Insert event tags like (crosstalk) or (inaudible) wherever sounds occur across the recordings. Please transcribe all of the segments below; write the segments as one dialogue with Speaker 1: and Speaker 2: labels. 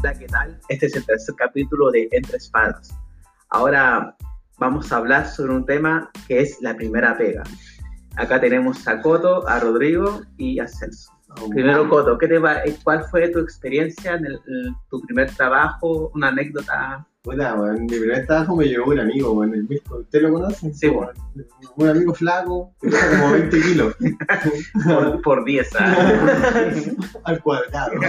Speaker 1: Hola, ¿qué tal? Este es el tercer capítulo de Entre Espadas. Ahora vamos a hablar sobre un tema que es la primera pega. Acá tenemos a Coto, a Rodrigo y a Celso. Primero, Coto, ¿qué te va- eh, ¿cuál fue tu experiencia en, el- en tu primer trabajo? ¿Una anécdota?
Speaker 2: Hola, weón. Mi primer trabajo me llevó un amigo, weón. El Mirko. ¿Usted lo conoce?
Speaker 1: Sí, weón.
Speaker 2: Un amigo flaco, pesa como 20 kilos. (laughs)
Speaker 1: Por, por 10,
Speaker 2: Al cuadrado. no,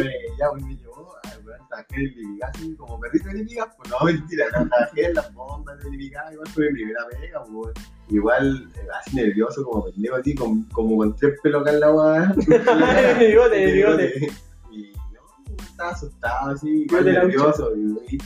Speaker 2: eh, ya, weón, me llevó a weón, trabajé en el Libigas, como perrito de Libigas. Pues no, mentira, no, trabajé en las bombas de Libigas. Igual fue mi primera pega, weón. Igual, eh, así nervioso, como pendejo, así, con- como con tres pelos acá en la guada.
Speaker 1: (laughs)
Speaker 3: bigote, bigote.
Speaker 2: Y no, estaba asustado, así,
Speaker 3: Bigote
Speaker 2: igual
Speaker 3: de la
Speaker 2: nervioso. Y,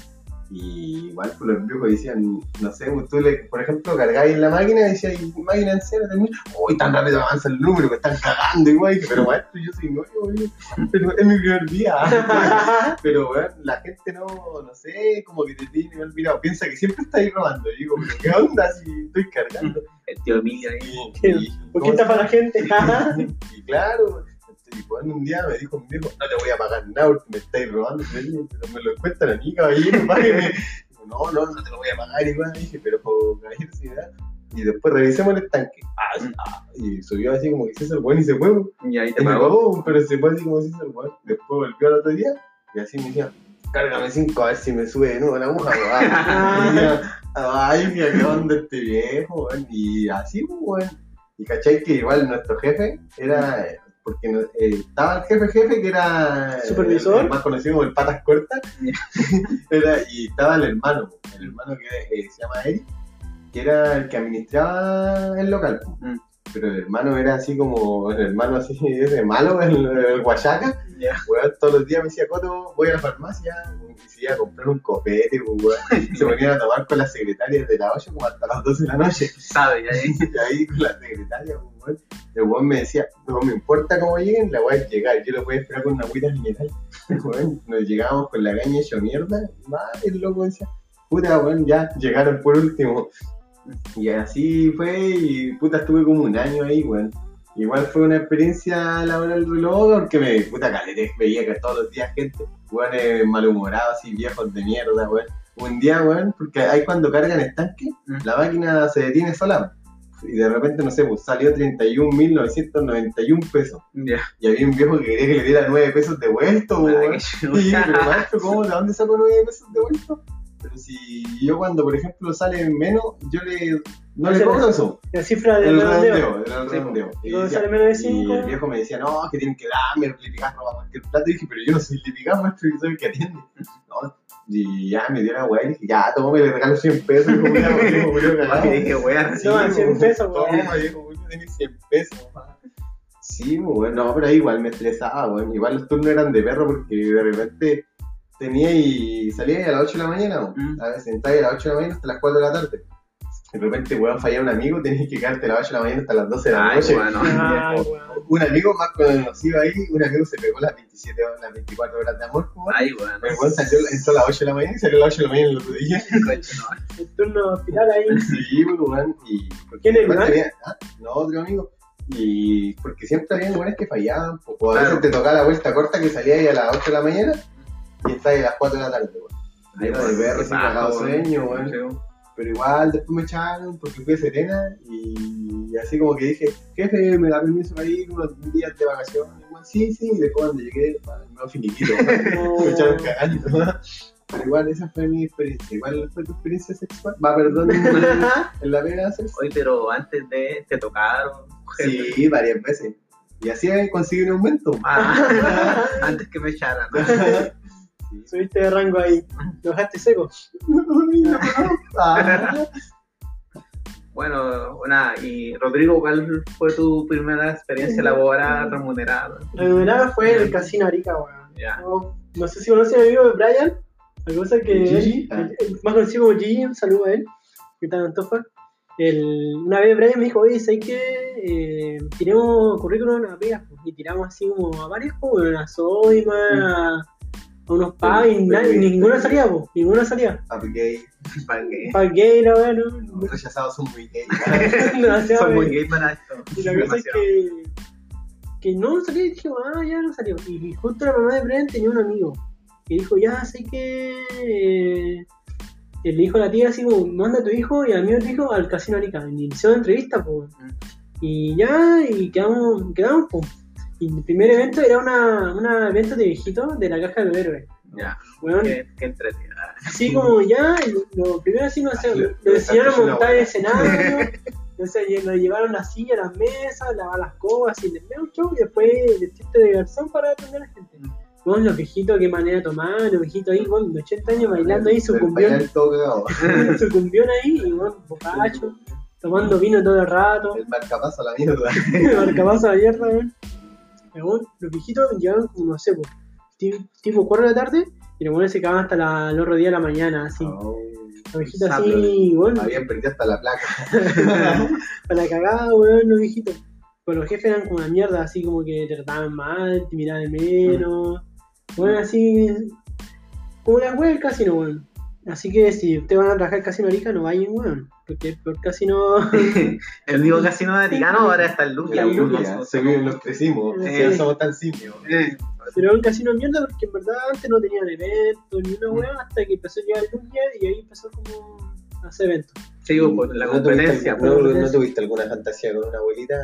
Speaker 2: y igual pues, los viejos decían, no sé, pues, tú le, por ejemplo, cargáis en la máquina y decías, máquina en cero, termina, uy, tan rápido avanza el número, me están cagando, igual. Y dije, Pero maestro, yo soy nuevo, weón. Pero es mi primer día. Pero, weón, la gente no, no sé, como que te tiene mal mirado, piensa que siempre estáis robando. Y digo, pero ¿qué onda si estoy
Speaker 3: (laughs)
Speaker 2: cargando?
Speaker 1: El tío Emilio ahí.
Speaker 2: Y- y-
Speaker 3: ¿Por qué para la gente? (laughs)
Speaker 2: (laughs) y claro, este, y cuando un día me dijo un viejo, no te voy a pagar nada porque me estáis robando, pero me lo encuentran a mí, caballero, págame. Digo, No, no, no te lo voy a pagar igual, dije, pero caballero, si da. Y después revisemos el estanque. Ah, sí, ah. Y subió así como que se hizo el buen y se fue. weón.
Speaker 1: Y ahí
Speaker 2: Y
Speaker 1: te
Speaker 2: me
Speaker 1: pagó.
Speaker 2: pagó, pero se fue así como se hizo el buen. Después volvió al otro día y así me decía, cárgame cinco a ver si me sube de nuevo la (laughs) aguja, weón. Y
Speaker 3: Ah,
Speaker 2: yo, Ay, mira qué onda este viejo, weón. Y así, pues, weón. Y cachai que igual nuestro jefe era. eh, Porque no- eh, estaba el jefe jefe que era. eh,
Speaker 3: ¿Supervisor?
Speaker 2: el más conocido como el Patas Cortas. (laughs) Era- y estaba el hermano, el hermano que eh, se llama Eric, que era el que administraba el local. pues.
Speaker 1: Mm.
Speaker 2: Pero el hermano era así como. El hermano así, (laughs) ese malo, el, el guayaca. Weón, todos los días me decía, Coto, voy a la farmacia y se iba a comprar un copete, pues, weón. (laughs) Se ponían a tomar con las secretarias de las 8 como hasta las 12 de la noche.
Speaker 1: Sabe, ahí.
Speaker 2: Y (laughs) ahí con las secretarias, pues, weón. El weón me decía, no me importa cómo lleguen, la voy a llegar. Yo lo voy a esperar con una agüita mineral. Weón, nos llegábamos con la caña hecho mierda. Y más el loco decía, puta, weón, ya llegaron por último. Y así fue, y puta, estuve como un año ahí, weón. Igual fue una experiencia laboral reloj, porque me, puta, calete, veía que todos los días gente, weón, eh, malhumorados, así, viejos de mierda, weón. Un día, weón, porque ahí cuando cargan estanque,
Speaker 1: Mm.
Speaker 2: la máquina se detiene sola. Y de repente, no sé, pues salió 31.991 pesos.
Speaker 1: Ya.
Speaker 2: Y había un viejo que quería que le diera 9 pesos de vuelto, weón. Sí, pero
Speaker 1: Puta,
Speaker 2: maestro, ¿cómo? ¿De dónde saco 9 pesos de vuelto? Pero si yo cuando, por ejemplo, sale menos, yo le, no le
Speaker 3: Ese
Speaker 2: cobro eso.
Speaker 3: la cifra del
Speaker 2: El
Speaker 3: redondeo.
Speaker 2: redondeo, el redondeo.
Speaker 3: Y
Speaker 2: Y,
Speaker 3: cuando
Speaker 2: decía-
Speaker 3: sale menos de
Speaker 2: y el
Speaker 3: 5,
Speaker 2: viejo me decía, no, que tienen que darme, el Lipigás roba cualquier plato. Y dije, pero yo no soy Lipigás, maestro, yo soy el que atiende. (laughs) No, y ya me dio la weá y dije, ya, tómame, le regalo 100 pesos. Y como, mira, viejo, Julio,
Speaker 1: Ay,
Speaker 3: (laughs)
Speaker 2: cagado.
Speaker 1: dije, wea,
Speaker 2: Sí,
Speaker 3: Toma, 100
Speaker 2: weón.
Speaker 3: pesos, weón.
Speaker 2: Toma, viejo, Julio, tenés 100 pesos, pa. Sí, weón, no, pero ahí igual me estresaba, weón. Igual los turnos eran de perro porque de repente tenía y salía a las 8 de la mañana, weón.
Speaker 1: Mm.
Speaker 2: A veces entraba a las 8 de la mañana hasta las 4 de la tarde. De repente, weón, fallaba un amigo, tenías que quedarte a las 8 de la mañana hasta las 12 de la
Speaker 1: Ay,
Speaker 2: noche.
Speaker 1: bueno.
Speaker 3: Ay, weón.
Speaker 2: Un amigo más conocido ahí, un amigo se pegó las 27 horas, las 24 horas de amor, weón.
Speaker 1: Ay, bueno.
Speaker 2: El weón salió, entró a las 8 de la mañana y salió a las 8 de la mañana el otro día.
Speaker 1: Concha, no.
Speaker 3: El turno hospital
Speaker 2: (laughs)
Speaker 3: ahí.
Speaker 2: Sí, weón, y...
Speaker 3: ¿Quién es,
Speaker 2: Igual
Speaker 3: weón?
Speaker 2: tenía- ah, No, otro amigo. Y porque siempre había lugares que fallaban, po. o a veces
Speaker 1: Claro.
Speaker 2: te tocaba la vuelta corta que salía ahí a las 8 de la mañana y estaba ahí a las 4 de la tarde, weón.
Speaker 1: Ay,
Speaker 2: Lleno
Speaker 1: weón,
Speaker 2: de
Speaker 1: qué
Speaker 2: perros sin
Speaker 1: bajo,
Speaker 2: cagado
Speaker 1: weón.
Speaker 2: sueño, weón. Pero igual después me echaron porque fui a Serena y así como que dije, jefe, me da permiso para ir unos días de vacaciones. Y weón, sí, sí, y después cuando llegué, pa, me nuevo finiquito. weón.
Speaker 3: (laughs)
Speaker 2: me echaron
Speaker 3: No.
Speaker 2: cagando. Pero igual esa fue mi experiencia. Igual fue tu experiencia sexual. Va,
Speaker 3: (laughs)
Speaker 2: perdón, en la vega sexual.
Speaker 1: Oye, pero antes de te
Speaker 2: (laughs)
Speaker 1: tocaron. gente.
Speaker 2: Sí, varias veces. Y así conseguí un aumento.
Speaker 1: Ah, antes que me echaran. ¿no?
Speaker 2: (laughs)
Speaker 3: Subiste de rango ahí. Lo dejaste seco.
Speaker 2: Ah,
Speaker 1: Bueno, nada, y Rodrigo, ¿cuál fue tu primera experiencia laboral remunerada?
Speaker 3: Remunerada fue en el casino Arica, weón.
Speaker 1: Ya.
Speaker 3: No, no sé si conocen a mi amigo de Brian. La cosa que.
Speaker 2: Gigi?
Speaker 3: él- él- él- más conocido como Gigi, un saludo a él. Que está en Antofa. El- una vez Brian me dijo, oye, ¿sabes qué? Eh, tiremos currículum a pegas. pues, Y tiramos así como a varios jóvenes, a Soima, a a unos pavos, y
Speaker 2: Pero-
Speaker 3: na-
Speaker 2: pero-
Speaker 3: ninguna salía, pues, ninguna salía.
Speaker 2: ah, porque gay.
Speaker 1: ¿Para qué?
Speaker 3: Pagueira, weón. no-
Speaker 2: Rechazados son muy gay.
Speaker 3: no, no, no,
Speaker 1: Soy
Speaker 3: no,
Speaker 1: muy gay para esto.
Speaker 3: Y la cosa es
Speaker 1: Demasiado.
Speaker 3: que que no salió y dije, ah, ya no salió. Y justo la mamá de Brian tenía un amigo que dijo, ya sé que. eh, le dijo a la tía así, como, manda a tu hijo y al mío hijo al casino Arica. Y inició la entrevista, pues.
Speaker 1: Mm.
Speaker 3: Y ya, y quedamos, quedamos, pues. Y el primer evento era una, una evento de viejitos de la caja de los héroes.
Speaker 1: Ya,
Speaker 3: Weón,
Speaker 1: qué, qué entretenido. Ah,
Speaker 3: Así como ya, y lo primero así, no sé,
Speaker 2: Ay,
Speaker 3: lo,
Speaker 2: lo-
Speaker 3: lo enseñaron a
Speaker 2: lo-
Speaker 3: montar
Speaker 2: lo-
Speaker 3: el escenario, o sea, y lo llevaron la silla, las mesas, lavar las cobas y les medio show, y después vestirte de garzón para atender a la gente. Bueno, los viejitos, qué manera de tomar, los viejitos ahí, bueno, de 80 años (laughs) bailando ahí,
Speaker 2: Del
Speaker 3: sucumbión,
Speaker 2: bailar todo cagado.
Speaker 3: (laughs) sucumbión ahí, y bueno, borracho, tomando vino todo
Speaker 2: (laughs)
Speaker 3: el rato,
Speaker 2: El marcapaso a la mierda.
Speaker 3: marcapaso abierto, weón. Pero bueno, los viejitos llegaron como, no sé, po, ti- tipo 4 de la tarde, y los buenos se quedaban hasta la- el otro día de la mañana, así.
Speaker 2: Oh,
Speaker 3: Los viejitos
Speaker 1: Sablo.
Speaker 3: así, bueno,
Speaker 2: habían perdido hasta la placa.
Speaker 3: (laughs) para la cagada, weón, los viejitos. Pues los jefes eran como una mierda, así como que te trataban mal, te miraban de menos.
Speaker 1: Mm.
Speaker 3: Bueno, así. Como la wea del casino, weón. Así que si ustedes van a trabajar al casino Arica, no vayan, weón. Porque por casino.
Speaker 1: (laughs)
Speaker 3: (laughs)
Speaker 1: El único casino de Vaticano ahora está el Lugia.
Speaker 3: La
Speaker 1: weón,
Speaker 3: Lugia,
Speaker 1: no- no sé
Speaker 2: se
Speaker 1: cómo-
Speaker 2: viven los crecimos.
Speaker 3: Sí.
Speaker 2: Ya no somos tan simios.
Speaker 1: Eh,
Speaker 3: Pero era un casino de mierda porque en verdad antes no tenían eventos ni una
Speaker 1: Mm.
Speaker 3: weá hasta que empezó a llegar el Lugia y ahí empezó como a hacer eventos.
Speaker 1: Sí, weón, por la
Speaker 2: ¿No tuviste
Speaker 1: competencia. pues.
Speaker 2: algún-
Speaker 1: weón.
Speaker 2: ¿No, no tuviste alguna fantasía con una abuelita?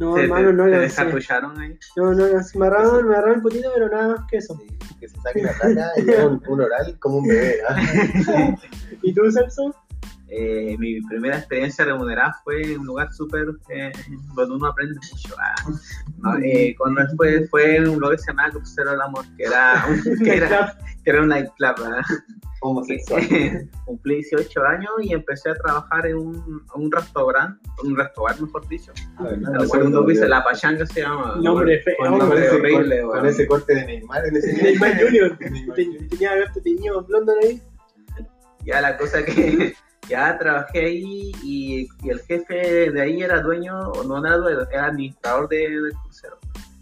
Speaker 3: No,
Speaker 1: Te-
Speaker 3: hermano,
Speaker 1: te-
Speaker 3: no
Speaker 1: te
Speaker 3: alcancé.
Speaker 1: desacullaron ahí.
Speaker 3: No, no alcancé. Me agarraron, me agarraron un poquito, pero nada más que eso.
Speaker 2: Sí, Que se saque la placa y
Speaker 3: (laughs)
Speaker 2: haga un, un oral como un bebé. ¿ah?
Speaker 3: ¿Y tú, Celso?
Speaker 1: Eh, mi primera experiencia remunerada fue en un lugar súper eh, donde uno aprende mucho. Ah, no, eh, cuando fue, fue en un lugar que se llamaba Crucero del Amor, que
Speaker 2: (laughs)
Speaker 1: era, un-
Speaker 3: (laughs)
Speaker 1: que era, que era un nightclub. ah.
Speaker 2: Homosexual.
Speaker 1: (laughs) Cumplí 18 años y empecé a trabajar en un, un restaurante, un restaurante mejor dicho.
Speaker 2: Ah, ¿verdad?
Speaker 1: En
Speaker 2: Me
Speaker 1: el
Speaker 2: acuerdo,
Speaker 1: segundo piso,
Speaker 2: weón.
Speaker 1: la pachanga se llama.
Speaker 3: Nombre feo,
Speaker 1: Con
Speaker 2: Con
Speaker 1: nombre
Speaker 2: ese
Speaker 1: horrible,
Speaker 2: cor-
Speaker 1: weón.
Speaker 2: Con ese corte de Neymar en ese
Speaker 3: Neymar Junior.
Speaker 2: Neymar
Speaker 3: Te- Tenía gato teñido blondo ahí.
Speaker 1: Ya la cosa que (laughs) ya trabajé ahí y, y el jefe de ahí era dueño, o no era dueño, era administrador de- del crucero.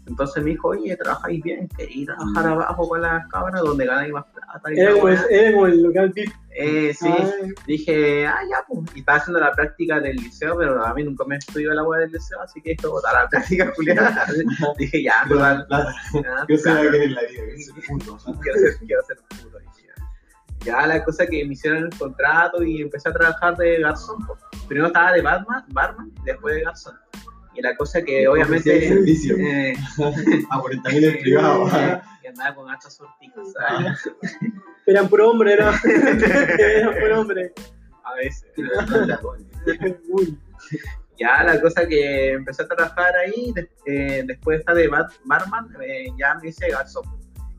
Speaker 1: Entonces me dijo, oye, trabajáis bien, queréis trabajar abajo con las cámaras donde ganáis más plata. Y
Speaker 3: Era
Speaker 1: la
Speaker 3: como, el,
Speaker 1: weá".
Speaker 3: era como el local VIP.
Speaker 1: Eh, sí,
Speaker 3: Ah,
Speaker 1: dije, ah, ya, pues. Y estaba haciendo la práctica del liceo, pero a mí nunca me estudió la agua del liceo, así que esto botar la práctica, Julián. dije, ya, pues,
Speaker 2: Pero
Speaker 1: total.
Speaker 2: la- la-
Speaker 1: nada,
Speaker 2: Yo sé
Speaker 1: claro"
Speaker 2: la que en la vida, que es el mundo.
Speaker 1: quiero ser, quiero ser puro, dije. Ya la cosa que me hicieron el contrato y empecé a trabajar de garzón. po. Primero estaba de Batman, barman, después de garzón. Y la cosa que obviamente...
Speaker 2: Ofrecía el servicio.
Speaker 1: eh,
Speaker 2: Ah, 40 mil en privado.
Speaker 1: eh, y andaba con hartas sortijas. ah,
Speaker 3: Eran puro hombre, (laughs) era. eran puro hombre.
Speaker 1: A veces.
Speaker 3: Uy.
Speaker 1: Ya la cosa que empecé a trabajar ahí, de- eh, después de estar de bar- barman, eh, ya me hice garzón.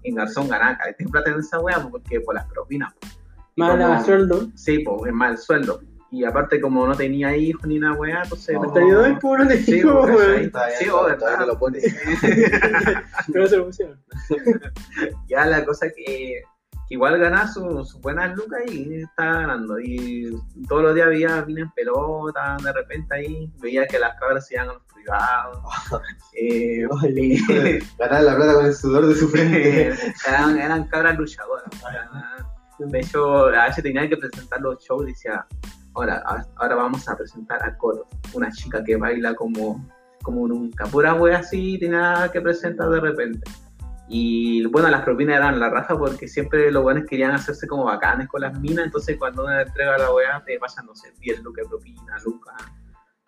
Speaker 1: En garzón ganá, caleta de plata en esa wea porque por las propinas. po. Y
Speaker 3: Mala
Speaker 1: como-
Speaker 3: sueldo.
Speaker 1: Sí, pues es mal sueldo. Y aparte, como no tenía hijos ni nada, weá, entonces.
Speaker 2: No.
Speaker 1: no-
Speaker 3: Hasta yo doy por uno de
Speaker 1: Sí,
Speaker 3: hijo,
Speaker 1: pues,
Speaker 3: weón.
Speaker 1: ahí. Sí, oh, verdad.
Speaker 2: Todavía lo pone.
Speaker 3: (laughs) Pero se lo
Speaker 1: (laughs)
Speaker 3: pusieron.
Speaker 1: ya la cosa que, que igual ganaba sus su buenas lucas y estaba ganando. Y todos los días veía, vine en pelota, de repente ahí veía que las cabras se iban a los privados. Eh, (laughs)
Speaker 2: (laughs)
Speaker 1: y-
Speaker 2: Ganar la plata con el sudor de su frente.
Speaker 1: eran, eran cabras luchadoras. o sea, De hecho, a veces tenía que presentar los shows y decía, ahora, ahora vamos a presentar a Coro, una chica que baila como, como nunca. Pura wea así tenía que presentar de repente. Y bueno, las propinas eran la raja porque siempre los buenos querían hacerse como bacanes con las minas, entonces cuando una entrega la wea te pasan, no sé, 10 lucas de propina, lucas.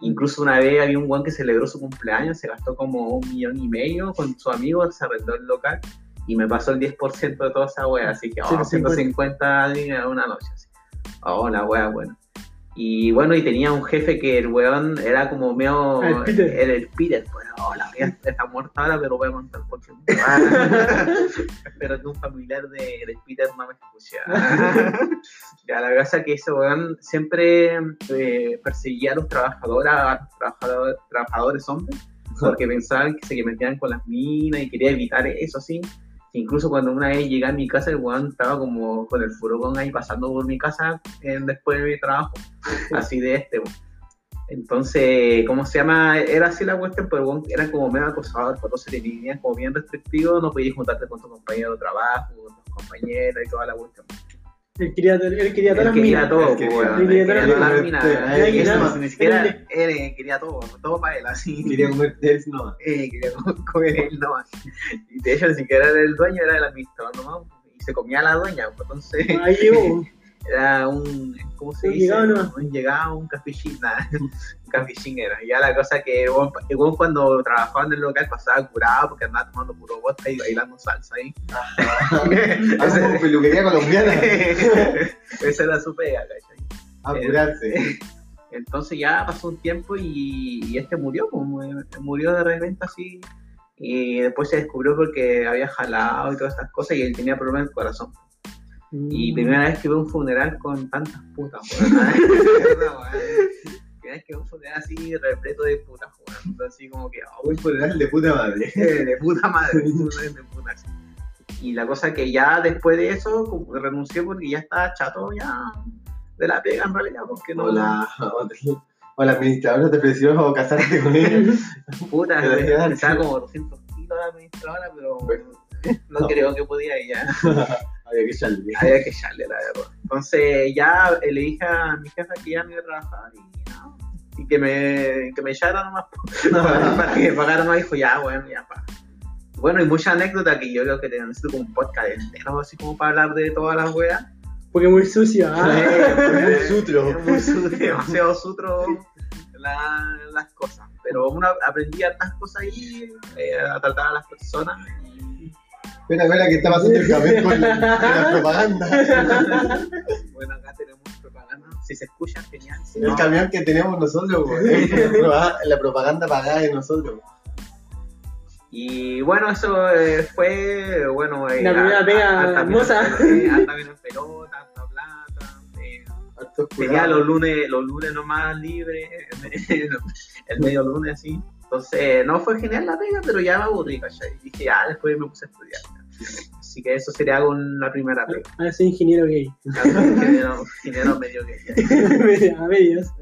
Speaker 1: Incluso una vez había un guan que celebró su cumpleaños, se gastó como un millón y medio con su amigo, se arrendó el local y me pasó el 10% de toda esa wea, así que oh,
Speaker 3: 150.
Speaker 1: 150 días una noche. Así. Oh, la wea, bueno. Y bueno, y tenía un jefe que el weón era como medio.
Speaker 3: Ah, el Peter.
Speaker 1: Era el Peter, pues, oh, la wea está muerta ahora, pero voy a contar (laughs) porque. Espero que un familiar de, de Peter no me escuche. Ya, la verdad es que ese weón siempre eh, perseguía a los trabajadores, a- trabajador- trabajadores hombres, porque pensaban que se que metían con las minas y quería evitar eso así. Incluso cuando una vez llegué a mi casa, el weón estaba como con el furgón ahí pasando por mi casa eh, después de mi trabajo, así de este. weón. Entonces, ¿cómo se llama? Era así la cuestión, pero el weón era como medio acosador, por entonces tenías como bien restrictivo, no podías juntarte con tu compañero de trabajo, con tus compañeras y toda la cuestión.
Speaker 3: Él quería, él quería todas
Speaker 1: Él
Speaker 3: las
Speaker 1: quería
Speaker 3: minas.
Speaker 1: todo,
Speaker 2: Es que
Speaker 1: po, weón.
Speaker 3: quería
Speaker 1: Él quería
Speaker 3: todo.
Speaker 1: todas las minas.
Speaker 2: Este,
Speaker 1: weón.
Speaker 2: eh,
Speaker 1: Y eso,
Speaker 3: nada.
Speaker 1: ni siquiera él eh, quería todo, todo para él, así. (laughs)
Speaker 2: Quería comer Tails nomás.
Speaker 1: Eh, quería (laughs) co- comer él nomás. Y de hecho, ni siquiera era el dueño, era el administrador nomás. Y se comía a la dueña, pues, entonces
Speaker 3: Ahí llegó.
Speaker 1: era un, ¿cómo se
Speaker 3: Un
Speaker 1: dice?
Speaker 3: llegado nomás.
Speaker 1: Un llegado, un (laughs) cafichín, nada, un cafichín era. Y ya la cosa que el weón- el weón cuando trabajaba en el local pasaba curado porque andaba tomando puro vodka y bailando salsa ¿eh? ahí.
Speaker 2: Ah, como
Speaker 1: Ese-
Speaker 2: peluquería colombiana.
Speaker 1: (laughs) Esa era su pega, ¿cachai?
Speaker 2: A curarse.
Speaker 1: Entonces ya pasó un tiempo y, y este murió, pues, mu- murió de repente así. Y después se descubrió porque había jalado y todas estas cosas y él tenía problemas del corazón. (laughs) Y
Speaker 2: Mm.
Speaker 1: primera vez que veo un funeral con tantas putas,
Speaker 2: (laughs)
Speaker 1: weón. Primera vez que veo un funeral así repleto de putas, weón. Entonces, Así como que, "Au,
Speaker 2: Un funeral de puta madre.
Speaker 1: de puta madre,
Speaker 2: (laughs)
Speaker 1: un funeral de puta. Y la cosa que ya después de eso como que renuncié porque ya estaba chato ya de la pega en realidad, porque no la
Speaker 2: Hola. Hola, administradora, te ofreció casarte con
Speaker 1: (laughs)
Speaker 2: ella.
Speaker 1: Puta,
Speaker 2: Te la
Speaker 1: güey,
Speaker 2: quedan,
Speaker 1: estaba
Speaker 2: sí.
Speaker 1: como 200 kilos la administradora, pero
Speaker 2: Bueno.
Speaker 1: no,
Speaker 2: (laughs) No.
Speaker 1: creo que podía y ya.
Speaker 2: Había que echarle.
Speaker 1: Había que echarle la verdad. Entonces ya eh, le dije a mi jefa que ya me iba a trabajar y no, y que me, que me echara nomás (laughs) para, para que me pagara más. Dijo, ya, bueno, ya pa. Bueno, y mucha anécdota que yo creo que tenemos como un podcast entero, así como para hablar de todas las weas.
Speaker 2: (laughs)
Speaker 1: Eh,
Speaker 3: Porque muy sucia. ah.
Speaker 2: Muy sutro.
Speaker 1: Es muy sutro, demasiado sutro la- las cosas. Pero uno aprendí hartas cosas ahí, eh, a tratar a las personas. (laughs)
Speaker 2: Espera, espera, que estaba haciendo el café con la, con la propaganda.
Speaker 1: Bueno, acá tenemos propaganda. Si se escucha, genial. Si
Speaker 2: El
Speaker 1: no,
Speaker 2: camión que tenemos nosotros,
Speaker 1: (laughs)
Speaker 2: güey. La propa- La propaganda pagada de nosotros.
Speaker 1: Y bueno, eso eh, fue, bueno... eh,
Speaker 3: La primera
Speaker 1: a-
Speaker 3: pega
Speaker 1: a- harta
Speaker 3: hermosa.
Speaker 1: pena- eh, harta pena en pelota, harta plata. eh,
Speaker 2: Hartos
Speaker 1: tenía
Speaker 2: curados.
Speaker 1: los lunes, los lunes nomás libres, (laughs) el medio lunes así. Entonces, no fue genial la pega, pero ya me aburrí, ¿cachai? Y dije, ah, después me puse a estudiar. Así que eso sería con la primera
Speaker 3: (laughs)
Speaker 1: pega.
Speaker 3: Ahora soy ingeniero gay.
Speaker 1: Ingeniero, ingeniero medio que
Speaker 3: (laughs) a medias.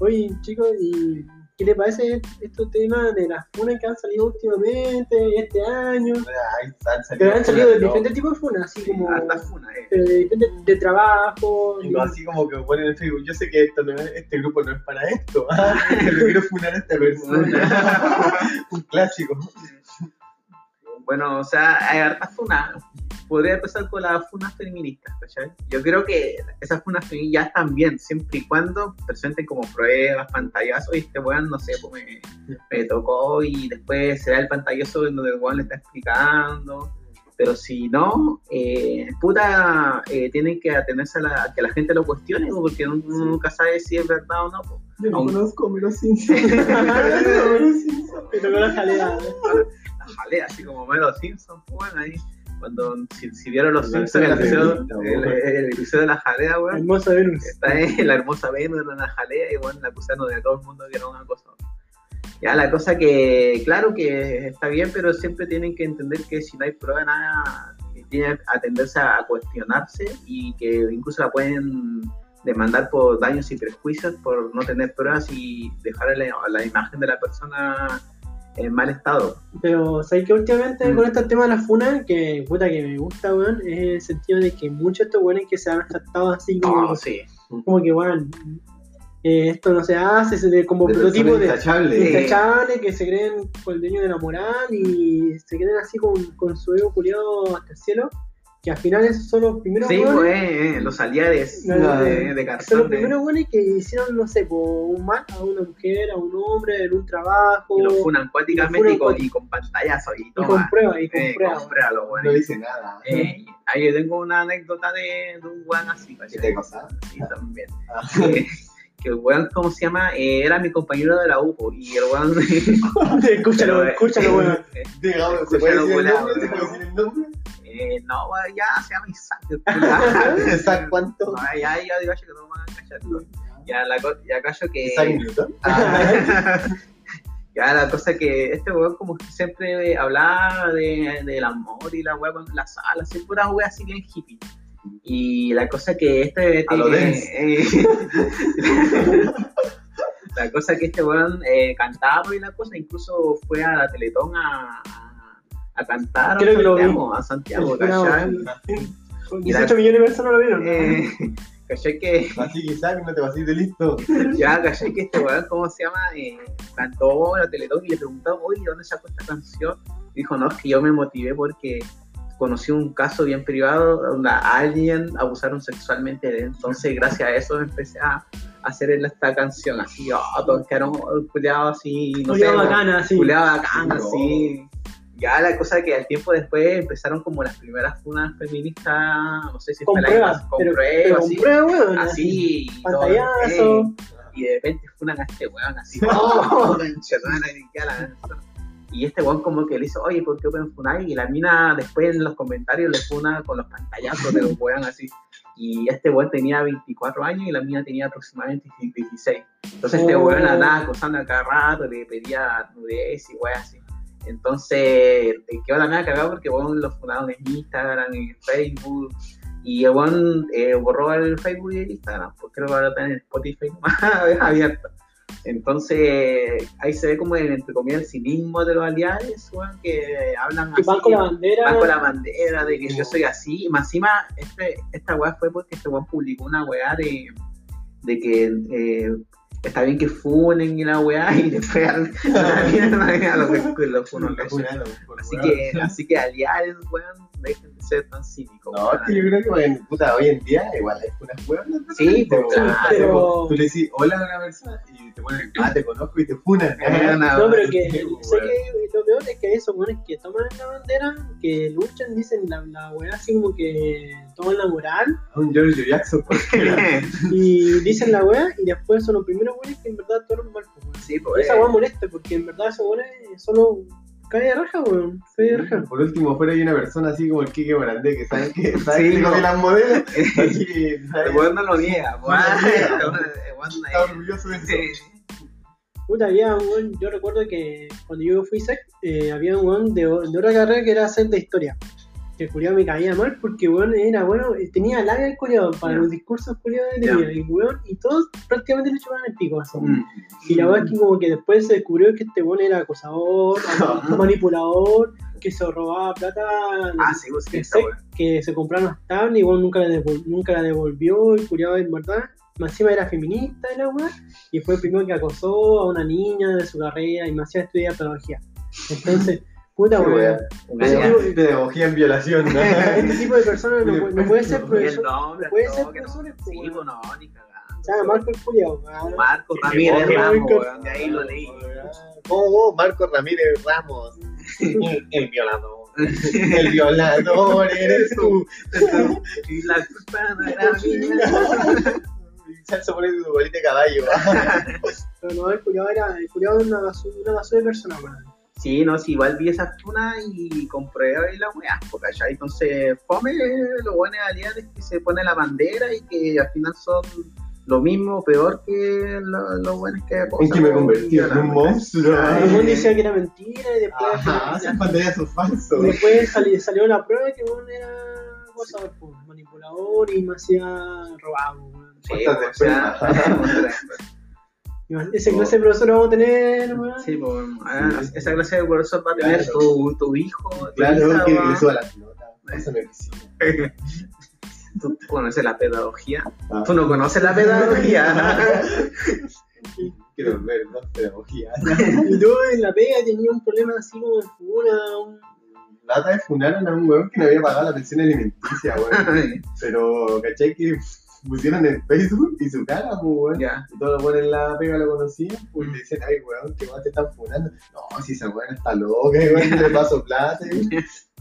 Speaker 3: Oye, chicos, ¿y qué les parece estos temas de las funas que han salido últimamente, este año?
Speaker 2: Ay, han
Speaker 3: Pero han salido de
Speaker 2: no.
Speaker 3: diferentes tipos de funas, así como
Speaker 1: Harta funa, eh.
Speaker 3: pero de, diferentes- de trabajo.
Speaker 2: Y no así como que ponen en Facebook, yo sé que esto no es- este grupo no es para esto, (laughs) ah, pero quiero funar a esta persona. (laughs) Un clásico.
Speaker 1: Bueno, o sea, hay hartas funas. Podría empezar con las funas feministas, ¿cachai? Yo creo que esas funas feministas ya están bien, siempre y cuando presenten como pruebas, pantallazos, y este weón, no sé, pues me, me tocó y después se da el pantallazo en donde el weón le está explicando. Pero si no, eh, puta, eh, tienen que atenerse a, la- a que la gente lo cuestione, ¿no? porque uno nunca sabe si es verdad o no. pues. po.
Speaker 2: Yo
Speaker 1: no (laughs)
Speaker 2: conozco menos Simpson.
Speaker 3: (laughs)
Speaker 2: menos Simpson.
Speaker 3: Pero ah, con la jalea.
Speaker 1: la jalea, así como Mero Simpson, pues, bueno, ahí. Cuando, si, si vieron los
Speaker 2: La
Speaker 1: Simpsons, el
Speaker 2: jalea
Speaker 1: episodio,
Speaker 2: feminista,
Speaker 1: el,
Speaker 2: weón.
Speaker 1: el episodio de la jalea, weón,
Speaker 3: Hermoso Venus.
Speaker 1: está ahí (laughs) la hermosa Venus en la jalea y bueno, la acusando de todo el mundo que era una cosa. Ya, la cosa que, claro que está bien, pero siempre tienen que entender que si no hay prueba, nada, eh, que tienen a tenderse a cuestionarse y que incluso la pueden demandar por daños y perjuicios, por no tener pruebas y dejar la, la imagen de la persona en mal estado.
Speaker 3: Pero sabes que últimamente
Speaker 1: Mm.
Speaker 3: con este tema de las funas, que puta que me gusta, weón, es el sentido de que muchos de estos weones que se han tratado así como,
Speaker 1: No, sí.
Speaker 3: como que weón, eh, esto no se hace, se le- como prototipo de
Speaker 1: Sí.
Speaker 3: intachables que se creen con el dueño de la moral y se creen así con, con su ego culiado hasta el cielo, que al final esos son los primeros
Speaker 1: Sí,
Speaker 3: weones-
Speaker 1: pues, eh, eh, los aliares
Speaker 3: No,
Speaker 2: no,
Speaker 1: de, de
Speaker 3: son
Speaker 1: cartón.
Speaker 3: los
Speaker 1: de-
Speaker 3: primeros weones que hicieron, no sé, po, un mal a una mujer, a un hombre, en un trabajo,
Speaker 1: Y los funan cuáticamente
Speaker 3: los
Speaker 1: y con,
Speaker 3: funan
Speaker 1: y con pantallazo y
Speaker 3: y
Speaker 1: toma.
Speaker 3: con pruebas, y con
Speaker 1: eh, (laughs)
Speaker 3: pruebas.
Speaker 1: con prueba, los
Speaker 2: No
Speaker 1: buenos.
Speaker 2: dice nada.
Speaker 1: Eh, ahí yo tengo una anécdota de, de un guan así,
Speaker 2: ¿Qué
Speaker 1: ¿cachai?
Speaker 2: te pasa?
Speaker 1: Sí, también.
Speaker 2: Ah.
Speaker 1: Eh, (laughs) que el weón, ¿cómo se llama? Eh, era mi compañero de la UPO y el weón. (laughs)
Speaker 3: escúchalo,
Speaker 1: Pero, eh,
Speaker 3: escúchalo, weón.
Speaker 1: eh,
Speaker 2: Digamos, ¿se
Speaker 1: Escucha
Speaker 2: puede
Speaker 1: los
Speaker 2: decir el
Speaker 1: volados,
Speaker 2: nombre? ¿Se puede
Speaker 1: digamos.
Speaker 2: decir el nombre?
Speaker 1: eh, no, weón, ya se llama Isaac. (laughs) el culiao.
Speaker 2: (laughs) ¿Isaac cuánto?
Speaker 1: No, ya, ya, digo, yo que no me van a cachar. Ya, la, co- ya cacho que.
Speaker 2: ¿Isaac Newton?
Speaker 1: Ah, ya, la cosa que este weón como que siempre hablaba de, del amor y la weá con la sala, así pura weá así bien hippie. Y la cosa que este...
Speaker 2: A lo
Speaker 1: eh,
Speaker 2: Dance.
Speaker 1: eh, (laughs) la cosa que este weón eh, cantaba y la cosa, incluso fue a la Teletón a, a cantar
Speaker 3: Creo que
Speaker 1: a
Speaker 3: lo vi.
Speaker 1: Santiago, a Santiago,
Speaker 3: Una
Speaker 1: ¿cachai?
Speaker 3: 18 millones de personas lo vieron.
Speaker 1: Eh, (laughs) ¿Cachai que
Speaker 2: (laughs) Así que Isaac, no te pases de listo.
Speaker 1: Ya, callé que este weón, ¿cómo se llama? Eh, cantó la Teletón y le preguntaba, oye, ¿dónde sacó esta canción? Y dijo, no, es que yo me motivé porque conocí un caso bien privado donde a alguien abusaron sexualmente de él. Entonces, gracias a eso empecé a hacer el- esta canción. Así, oh, todos quedaron culeados así, no
Speaker 3: Julia
Speaker 1: sé,
Speaker 3: bacana, sí.
Speaker 1: culeados bacán,
Speaker 2: Sí,
Speaker 1: así. Ya la cosa que al tiempo después empezaron como las primeras funas feministas, no sé si
Speaker 3: Con
Speaker 1: fue la
Speaker 3: pruebas.
Speaker 1: con
Speaker 3: pero-
Speaker 1: pruebas,
Speaker 3: pero
Speaker 1: así.
Speaker 3: Con pruebas, weón.
Speaker 1: Así, todo, eh,
Speaker 3: Pantallazo.
Speaker 1: y de repente funan a este weón así, ¡oh! (laughs) concha tu madre, y ya la- Y este weón como que le hizo, oye, ¿por qué pueden funar? Y la mina después en los comentarios le funa con los pantallazos de los weón así. Y este weón tenía 24 años y la mina tenía aproximadamente 16. Entonces este
Speaker 3: Oh.
Speaker 1: weón la andaba acosando a cada rato, le pedía nudez y weón así. Entonces, eh, quedó la mina cagada porque weón lo funaron en Instagram, en Facebook. Y el weón eh, borró el Facebook y el Instagram, porque creo que ahora está en Spotify (laughs) más abierto. Entonces, ahí se ve como el, entre comillas, el cinismo de los aliados, weón, que hablan
Speaker 3: Que
Speaker 1: así,
Speaker 3: van con la bandera.
Speaker 1: van con la bandera de que yo soy así. Y más encima, este, esta weá fue porque este weón publicó una weá de, de que eh, está bien que funen y la weá, y después al, (laughs) a la mierda, a los que lo funan,
Speaker 2: Por
Speaker 1: ¿cachai?
Speaker 2: jurado, por
Speaker 1: Así
Speaker 2: jurado.
Speaker 1: que, así que aliados, weón, dejen de ser tan cínicos.
Speaker 2: No, es
Speaker 1: weón.
Speaker 2: que yo creo que bueno, puta, hoy en día igual es unas huevas. ¿no?
Speaker 1: Sí, pues,
Speaker 2: Te-
Speaker 1: claro.
Speaker 2: te-
Speaker 3: Pero-
Speaker 2: Tú le decís hola a una persona y te ponen, ah, te conozco y te funan.
Speaker 1: Es una-
Speaker 3: No, pero que
Speaker 2: Ah, Sí,
Speaker 3: sé
Speaker 2: weón.
Speaker 3: que lo peor es que esos weones que toman la bandera, que luchan, dicen la, la weá así como que toman la moral
Speaker 2: Un Giorgio Jackson. por favor. (laughs)
Speaker 3: y dicen la weá y después son los primeros weones que en verdad toman mal. pues, weón.
Speaker 1: sí,
Speaker 3: Y
Speaker 1: pues,
Speaker 3: Esa weá molesta porque en verdad esos weones solo cae de raja, weón. Cae de raja.
Speaker 2: Por último, fuera hay una persona así como el Kike Morandé, que saben que sabe
Speaker 1: Sí,
Speaker 2: que le
Speaker 1: no.
Speaker 2: copian las modelos.
Speaker 1: eh,
Speaker 2: Así que
Speaker 1: el
Speaker 2: sabe,
Speaker 1: weón no lo niega, weón.
Speaker 2: No lo
Speaker 1: (laughs)
Speaker 2: niega.
Speaker 1: El weón- el weón-
Speaker 2: está orgulloso de eso.
Speaker 1: Sí.
Speaker 3: Puta, había un weón, yo recuerdo que cuando yo fui SEC, eh, había un weón de, de otra carrera que era SEC de historia. Que el culiao me caía mal porque weón era bueno, eh, tenía labia el culiao para
Speaker 1: Ya.
Speaker 3: los discursos culiados que
Speaker 1: Ya.
Speaker 3: tenía. Y weón, y todos prácticamente le chupaban el pico así.
Speaker 1: Mm.
Speaker 3: Y la verdad es que como que después se descubrió que este weón era acosador,
Speaker 1: (laughs)
Speaker 3: manipulador, que se robaba plata,
Speaker 1: Ah, sí, pues sí,
Speaker 3: Sí.
Speaker 1: esa weá.
Speaker 3: que se compraron las tablas y weón nunca la, devol- nunca la devolvió, el culiado en verdad. Más encima era feminista la weá, y fue el primero que acosó a una niña de su carrera y más encima estudia pedagogía. Entonces, puta
Speaker 2: Qué
Speaker 3: weá.
Speaker 2: wea.
Speaker 1: Una
Speaker 3: Ese
Speaker 1: weá.
Speaker 3: tipo-
Speaker 2: Pedagogía en violación, ¿no?
Speaker 3: Este tipo de personas no, puede- no puede ser
Speaker 1: Y el
Speaker 3: profesor.
Speaker 1: nombre,
Speaker 3: pues, puede
Speaker 1: no,
Speaker 3: ser
Speaker 1: que no.
Speaker 3: profesor,
Speaker 1: Sí,
Speaker 3: weón.
Speaker 1: pues, no, ni cagando.
Speaker 3: Se llama Marco el culiado.
Speaker 1: Marco
Speaker 2: Qué
Speaker 1: Ramírez
Speaker 2: bueno,
Speaker 1: Ramos,
Speaker 3: Marco.
Speaker 1: weón, de ahí lo leí.
Speaker 2: ¿Cómo? Marco Ramírez (laughs) Ramos. El, el violador. El violador eres tú.
Speaker 1: Y la culpa no era mía.
Speaker 2: Salsa por tu bolita de caballo.
Speaker 3: Pero no, el culiado era, el culiao era una basura, una basura de persona, weón.
Speaker 1: Sí, no, si igual vi esa tuna y compré ahí la weá, porque allá entonces fome los buenos aliados que se pone la bandera y que al final son lo mismo o peor que lo- los buenos que
Speaker 2: En que me convertí en un monstruo.
Speaker 1: Ay.
Speaker 3: El weón decía que era mentira y después,
Speaker 2: Ajá, (laughs) esos pantallazos falsos.
Speaker 3: después sali- salió la prueba que weón era acosador, pues, manipulador y más hacía robado, weón.
Speaker 1: Sí, pues, o sea,
Speaker 3: Y bueno, Ese clase de profesor lo vamos a tener, weón.
Speaker 1: (laughs) sí, pues, ah, esa clase de profesor va a tener tu, tu hijo, tu hija,
Speaker 2: Claro, que
Speaker 1: va-
Speaker 2: le suba la pelota. Eso me piscina.
Speaker 1: (laughs) Tú conoces la pedagogía.
Speaker 2: Ah.
Speaker 1: Tú no conoces la pedagogía.
Speaker 2: (laughs)
Speaker 1: (laughs)
Speaker 2: Quiero ver más (laughs) pedagogía.
Speaker 3: Y yo en la pega tenía un problema así como de figura, un...
Speaker 2: La otra vez funaron a un weón que no había pagado la pensión alimenticia, weón. (laughs) Pero, ¿cachai? Que pusieron en Facebook y su cara, pues,
Speaker 1: (laughs) (laughs)
Speaker 2: weón.
Speaker 1: ya.
Speaker 2: Y todos los buenos en la pega lo conocían, pues le dicen, ay, weón, que weón te están funando. No, si esa weón está loca, (laughs) weón, le
Speaker 1: (laughs)
Speaker 2: paso plata, y,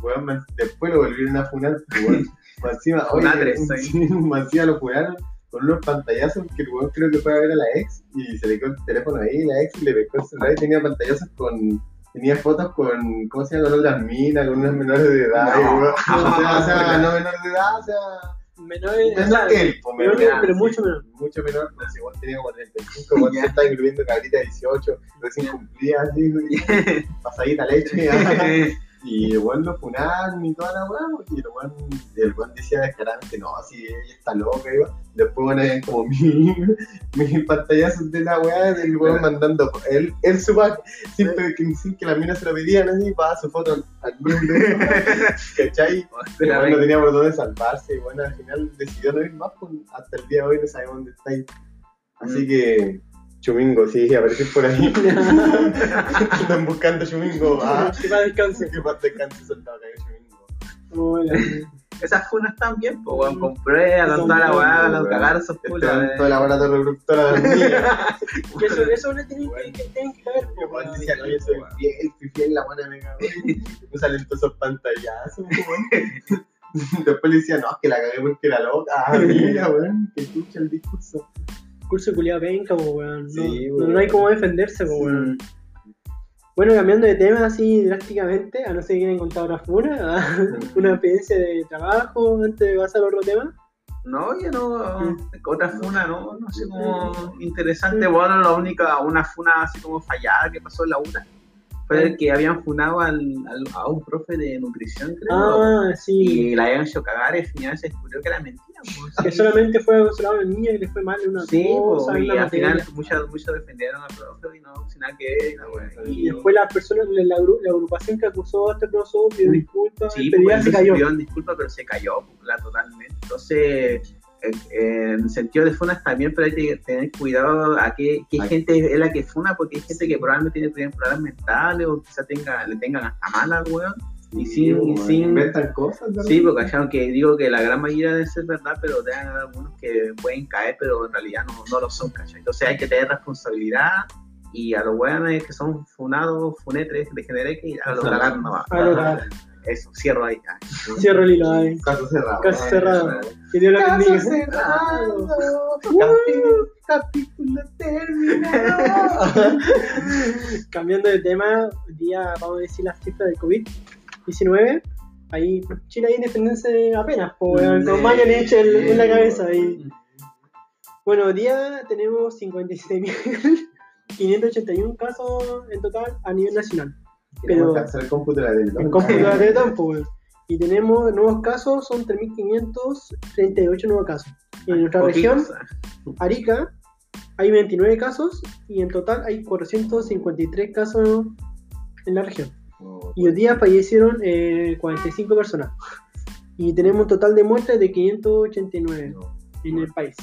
Speaker 2: weón. man- después lo volvieron a funar, pues, weón. Más encima, oye, (laughs)
Speaker 1: Funadres, soy.
Speaker 2: sí, más encima lo funaron con unos pantallazos que el weón creo que fue a ver a la ex y se le quedó el teléfono ahí, la ex le pescó el celular y tenía pantallazos con. Tenía fotos con, ¿cómo se llama? Con otras minas, con unas menores de edad,
Speaker 1: No. (laughs)
Speaker 2: weón. O sea, o sea, no menores de edad, o sea.
Speaker 3: menor, o sea,
Speaker 2: Menor que él, pues,
Speaker 3: menor que él, pero mucho menor.
Speaker 2: mucho menor, pues igual tenía como 35, cuando se estaba (laughs) incluyendo cabrita de 18, recién cumplía, así, güey, pasadita leche, Y el weón lo funaron y toda la weón. Y el weón, el weón decía descaradamente, no, si ella está loca, iba. Después ponen como (laughs) mil, mil pantallazos de la weá del weón mandando él, él su pack, sin, que, sin que las minas se lo pedían así, para su foto al- al
Speaker 3: (laughs)
Speaker 2: mundo. ¿Cachai? El weón no tenía por dónde salvarse. Y bueno, al final decidió no ir más. pues, hasta el día de hoy no sabemos dónde está ahí. Así
Speaker 1: Mm.
Speaker 2: que, Chumingo, sí, a ver si
Speaker 1: (laughs)
Speaker 2: por ahí. (laughs) Están buscando Chumingo. Ah,
Speaker 3: Que para descanse.
Speaker 2: que más descanse soldado que Chumingo.
Speaker 3: Hola.
Speaker 1: Esas funas están bien, pues,
Speaker 2: Mm.
Speaker 1: weón, con pruebas, con
Speaker 3: Son
Speaker 1: toda la
Speaker 3: buenas,
Speaker 1: weá, los
Speaker 2: weón.
Speaker 1: cagarzos,
Speaker 2: Está
Speaker 1: puta.
Speaker 2: toda la barata reproductora de la
Speaker 1: (laughs)
Speaker 2: mía.
Speaker 3: Que Eso, eso le tienen que, que, tienen que caer.
Speaker 2: Que
Speaker 3: po,
Speaker 1: eh.
Speaker 2: Juan pues, decía,
Speaker 3: weón.
Speaker 2: no, yo soy fiel, fui fiel, la buena mega, güey. Me salen todos esos pantallazos, weón. (laughs) Después le decía, no, es que la cagué porque era loca. Ah, mira, weón, que escucha el discurso.
Speaker 3: Curso culiado penca, po, weón. No,
Speaker 2: Sí,
Speaker 3: no,
Speaker 2: weón.
Speaker 3: hay cómo defenderse, po, weón. Bueno, cambiando de tema así drásticamente, a no ser que quieran contar otra funa, (laughs) ah, una experiencia de trabajo antes de pasar a otro tema.
Speaker 1: No, yo no. Otra funa, ¿no? No sé cómo. Interesante.
Speaker 3: Mm.
Speaker 1: Bueno, la única, una funa así como fallada que pasó en la UNA fue el que habían funado al, al- a un profe de nutrición, creo.
Speaker 3: Ah, sí.
Speaker 1: Y la habían hecho cagar y al final se descubrió que era mentira. pues.
Speaker 3: Que solamente fue consolado el niño y le fue mal en una
Speaker 1: Sí,
Speaker 3: cosa,
Speaker 1: pues,
Speaker 3: en
Speaker 1: y
Speaker 3: una
Speaker 1: al final
Speaker 3: materia.
Speaker 1: muchos, muchos defendieron al profe y no, sin nada que ver, y la wea.
Speaker 3: Y después las personas, la, la gru- la agrupación que acusó a este profesor pidió
Speaker 1: Mm.
Speaker 3: disculpas,
Speaker 1: Sí, pues,
Speaker 3: pero
Speaker 1: porque
Speaker 3: ya se cayó.
Speaker 1: pidieron disculpas, pero se cayó la, totalmente. Entonces, eh, en sentido de funas también, pero hay que tener cuidado a qué, qué
Speaker 2: Ay.
Speaker 1: gente es la que funa, porque hay gente que probablemente tiene tiene problemas mentales o quizá tenga, le tengan hasta mala, weón. Y sin- y
Speaker 2: weón,
Speaker 1: sin-
Speaker 2: Inventan cosas, ¿no?
Speaker 1: Sí, porque aunque digo que la gran mayoría debe ser verdad, pero te dan algunos que pueden caer, pero en realidad no, no lo son, ¿cachai? Entonces hay que tener responsabilidad y a los weones que son funados, funetres, degenereques, y a los
Speaker 2: Ajá.
Speaker 1: cagar no va.
Speaker 3: A lo cagar.
Speaker 1: Eso, cierro ahí. ah.
Speaker 3: Cierro el hilo, ay.
Speaker 2: Caso cerrado.
Speaker 3: Caso
Speaker 2: Ay,
Speaker 3: cerrado. Que Dios lo bendiga.
Speaker 2: Caso cerrado.
Speaker 3: Uh.
Speaker 2: Capi-
Speaker 3: (laughs)
Speaker 2: Capítulo terminado.
Speaker 3: Cambiando de tema, hoy día vamos a decir las cifras del COVID-19. Ahí, Chile hay independencia apenas, pues,
Speaker 1: Mm,
Speaker 3: con Mario le echa el- en la
Speaker 2: sí,
Speaker 3: cabeza. Y, bueno, hoy día tenemos 56.581 casos en total a nivel nacional.
Speaker 2: Queremos
Speaker 3: Pero-
Speaker 2: alcanzar el cómputo de la del
Speaker 3: En cómputo de tampoco, weón. Y tenemos nuevos casos, son 3.538 nuevos casos. Y en nuestra
Speaker 1: Poquitos,
Speaker 3: región,
Speaker 1: ah.
Speaker 3: Arica, hay 29 casos y en total hay 453 casos en la región. Y hoy día fallecieron eh, 45 personas. Y tenemos un total de muertes de 589 en el país.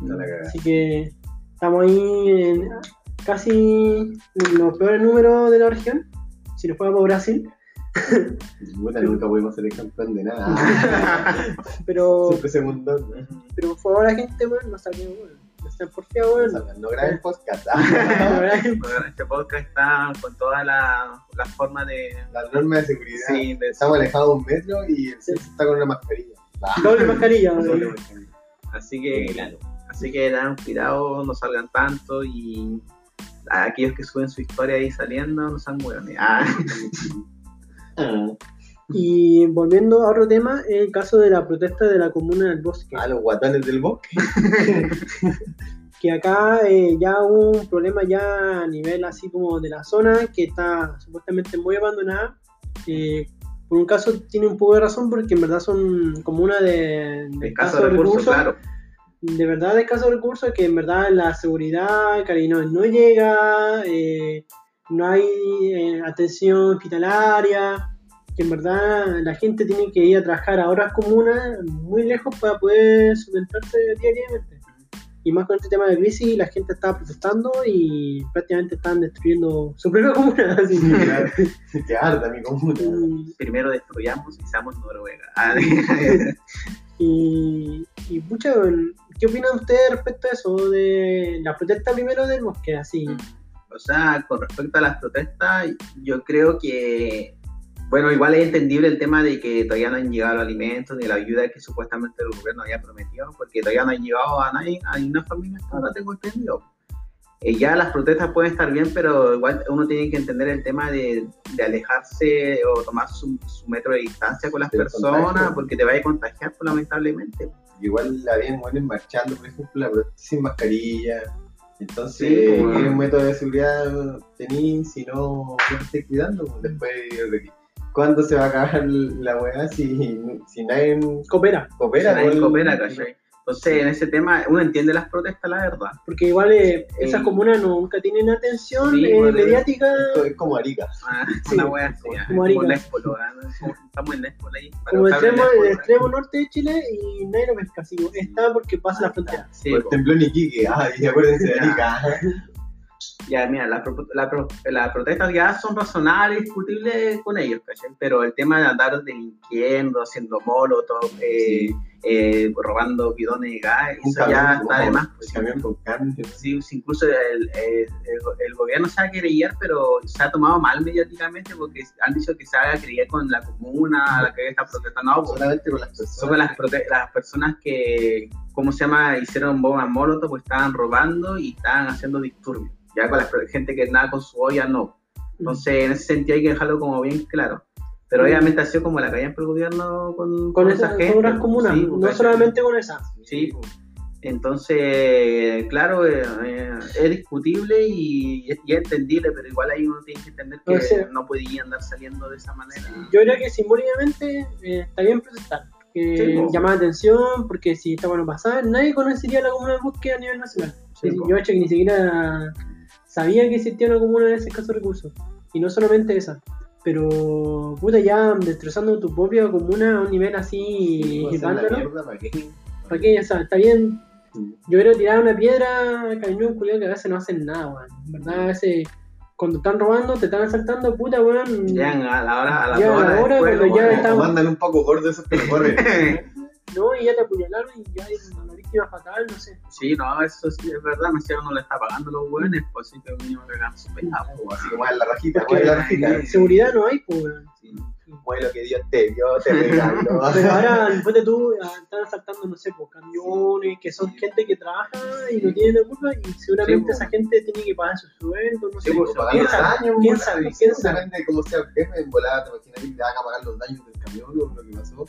Speaker 2: No la cagada.
Speaker 3: Así que estamos ahí en casi en los peores números de la región. Si nos fuéramos a Brasil,
Speaker 2: Puta, nunca pudimos ser campeón de
Speaker 3: (laughs)
Speaker 2: nada.
Speaker 3: pero,
Speaker 2: Siempre segundo. ¿no?
Speaker 3: pero por favor, la gente, weón, no salga, weón. No (laughs) se por qué,
Speaker 2: Estamos
Speaker 3: weón.
Speaker 2: hablando, graben podcast. Ah,
Speaker 3: La verdad que
Speaker 1: Bueno, este podcast está con todas las las formas de,
Speaker 2: Las normas de seguridad.
Speaker 1: sí, de-
Speaker 2: Estamos alejados un metro y el sexo está con una mascarilla. Ah,
Speaker 3: Doble mascarilla,
Speaker 2: doble
Speaker 3: weón.
Speaker 2: mascarilla.
Speaker 1: así que así que tengan cuidado, no salgan tanto y a aquellos que suben su historia ahí saliendo no sean hueones. Ah, (laughs)
Speaker 2: Ah, (laughs)
Speaker 3: Y volviendo a otro tema, el caso de la protesta de la comuna del bosque.
Speaker 2: A Ah, los guatanes del
Speaker 3: (laughs)
Speaker 2: bosque.
Speaker 3: que acá eh, ya hubo un problema ya a nivel así como de la zona que está supuestamente muy abandonada. Eh, por un caso tiene un poco de razón porque en verdad son comunas de, de
Speaker 1: de escasos recursos, claro.
Speaker 3: de verdad de escasos recursos que en verdad la seguridad, cariño, no llega, eh, no hay eh, atención hospitalaria, que en verdad la gente tiene que ir a trabajar a otras comunas muy lejos para poder sustentarse diariamente. Y más con este tema de crisis, la gente está protestando y prácticamente están destruyendo su propia comuna. (laughs) así que,
Speaker 2: Que arda mi comuna.
Speaker 3: mm,
Speaker 1: Primero destruyamos y seamos Noruega. Ah, (laughs)
Speaker 3: Y, y pucha, weón, ¿qué opinan ustedes respecto a eso? De la protesta primero del bosque, así.
Speaker 1: O sea, con respecto a las protestas, yo creo que, bueno, igual es entendible el tema de que todavía no han llegado los alimentos ni la ayuda que supuestamente el gobierno había prometido, porque todavía no han llegado a nadie, a ninguna familia hasta ahora, tengo entendido. Eh, ya las protestas pueden estar bien, pero igual uno tiene que entender el tema de, de alejarse o tomar su, su metro de distancia con las
Speaker 2: Del
Speaker 1: personas,
Speaker 2: contagio.
Speaker 1: porque te va a contagiar, pues, lamentablemente.
Speaker 2: Igual la ven, bueno, marchando, por ejemplo, la protesta sin mascarilla. Entonces,
Speaker 1: Sí, pues,
Speaker 2: ¿qué
Speaker 1: bueno.
Speaker 2: método de seguridad tenís si no no te estés cuidando? Pues, Después, ¿Cuándo se va a acabar la weá si, si nadie
Speaker 3: Coopera,
Speaker 2: coopera? Pues,
Speaker 1: Nadie
Speaker 2: weón?
Speaker 1: coopera, ¿cachai? Entonces, en ese tema, uno entiende las protestas, la verdad.
Speaker 3: porque igual eh,
Speaker 1: Sí.
Speaker 3: esas comunas nunca tienen atención
Speaker 1: Sí,
Speaker 3: eh,
Speaker 1: bueno,
Speaker 3: mediática.
Speaker 2: Esto es como Arica.
Speaker 1: Ah,
Speaker 3: Sí,
Speaker 1: una wea así, ah,
Speaker 3: como
Speaker 1: como en
Speaker 3: Arica.
Speaker 1: Léspolo, ah, como- estamos en Léspolo ahí. para
Speaker 3: Como
Speaker 1: buscar en
Speaker 3: extremo, el
Speaker 1: Léspolo, ah.
Speaker 3: extremo norte de Chile y nadie lo pesca, así como, está porque pasa la frontera.
Speaker 1: Sí, pues,
Speaker 2: Por
Speaker 1: po.
Speaker 2: ejemplo, en Iquique. Ah, y acuérdense de Arica.
Speaker 1: ya, mira, las pro- la pro- las protestas ya son razonables, discutibles con ellos, ¿cachai? Pero el tema de andar delinquiendo, haciendo molotov, eh, eh, robando bidones de gas,
Speaker 2: Un
Speaker 1: eso ya
Speaker 2: camión
Speaker 1: está de
Speaker 2: con-
Speaker 1: más. pues.
Speaker 2: Un camión con carne.
Speaker 1: Sí, sí, incluso el, el- el- el gobierno se va a querellar, pero se ha tomado mal mediáticamente porque han dicho que se va a querellar con la comuna, la que está protestando. No, pues,
Speaker 2: Solamente con las personas.
Speaker 1: son las, prote- las personas que, ¿cómo se llama?, hicieron bombas molotov, pues estaban robando y estaban haciendo disturbios. Ya con la pro- gente que andaba con su olla, no. Entonces, en ese sentido hay que dejarlo como bien claro. Pero obviamente ha sido como la caída por el gobierno con,
Speaker 3: Con
Speaker 1: con
Speaker 3: esas
Speaker 1: esa gente.
Speaker 3: con unas comunas,
Speaker 1: Sí,
Speaker 3: no
Speaker 1: porque-
Speaker 3: solamente con esas.
Speaker 1: Sí, pues. entonces, claro, eh, eh, es discutible y, y es entendible, pero igual ahí uno tiene que entender que
Speaker 3: O sea-
Speaker 1: no podía andar saliendo de esa manera.
Speaker 3: Yo creo que simbólicamente eh, está bien protestar. Que
Speaker 1: Sí, po.
Speaker 3: llama la atención, porque si está bueno pasar, nadie conocería la comuna de búsqueda a nivel nacional.
Speaker 1: Sí,
Speaker 3: yo
Speaker 1: po.
Speaker 3: hecho que ni siquiera sabía que existía una comuna de ese escaso recurso. Y no solamente esa. Pero, puta, ya destrozando tu propia comuna a un nivel así,
Speaker 1: pues,
Speaker 2: O sea, la
Speaker 3: llevándolo.
Speaker 2: mierda, ¿para qué?
Speaker 3: ¿Para qué? O sea, está bien.
Speaker 2: Sí.
Speaker 3: Yo creo tirar una piedra, cariño, un culiao que a veces no hacen nada, weón. En verdad, a veces cuando están robando, te están asaltando, puta, weón.
Speaker 1: Llegan a la hora, a la
Speaker 3: Ya, a la
Speaker 1: hora,
Speaker 3: hora,
Speaker 1: después,
Speaker 3: cuando ya
Speaker 1: como- (laughs)
Speaker 3: estamos-
Speaker 2: Mándale un poco gordo esos que lo corren.
Speaker 3: No, y ya te apuñalaron y ya es una víctima fatal, no sé.
Speaker 1: Sí, no, eso sí es verdad, me decía no le está pagando los hueones, pues sí que mínimo que ganan su pena, pues.
Speaker 2: Así que mueve la rajita,
Speaker 3: Porque
Speaker 2: mueve la rajita.
Speaker 3: Seguridad no hay,
Speaker 1: (laughs)
Speaker 3: pues. weón.
Speaker 2: Sí. Mueve lo que Dios te dio, te regaló.
Speaker 3: (laughs) Pero ahora, después de tú, ah, están asaltando, no sé, pues, camiones, que son gente que trabaja y no tiene la culpa, y
Speaker 1: Sí,
Speaker 3: seguramente
Speaker 1: pues.
Speaker 3: esa gente tiene que pagar su sueldo, no
Speaker 1: Sí,
Speaker 3: sé.
Speaker 1: pues,
Speaker 2: O pagar los
Speaker 3: Piensa,
Speaker 2: daños,
Speaker 3: piensa,
Speaker 2: volada, no sé,
Speaker 3: piensa.
Speaker 2: depende de cómo sea el jefe, en volada, te imaginas que le haga pagar los daños del camión o lo que pasó.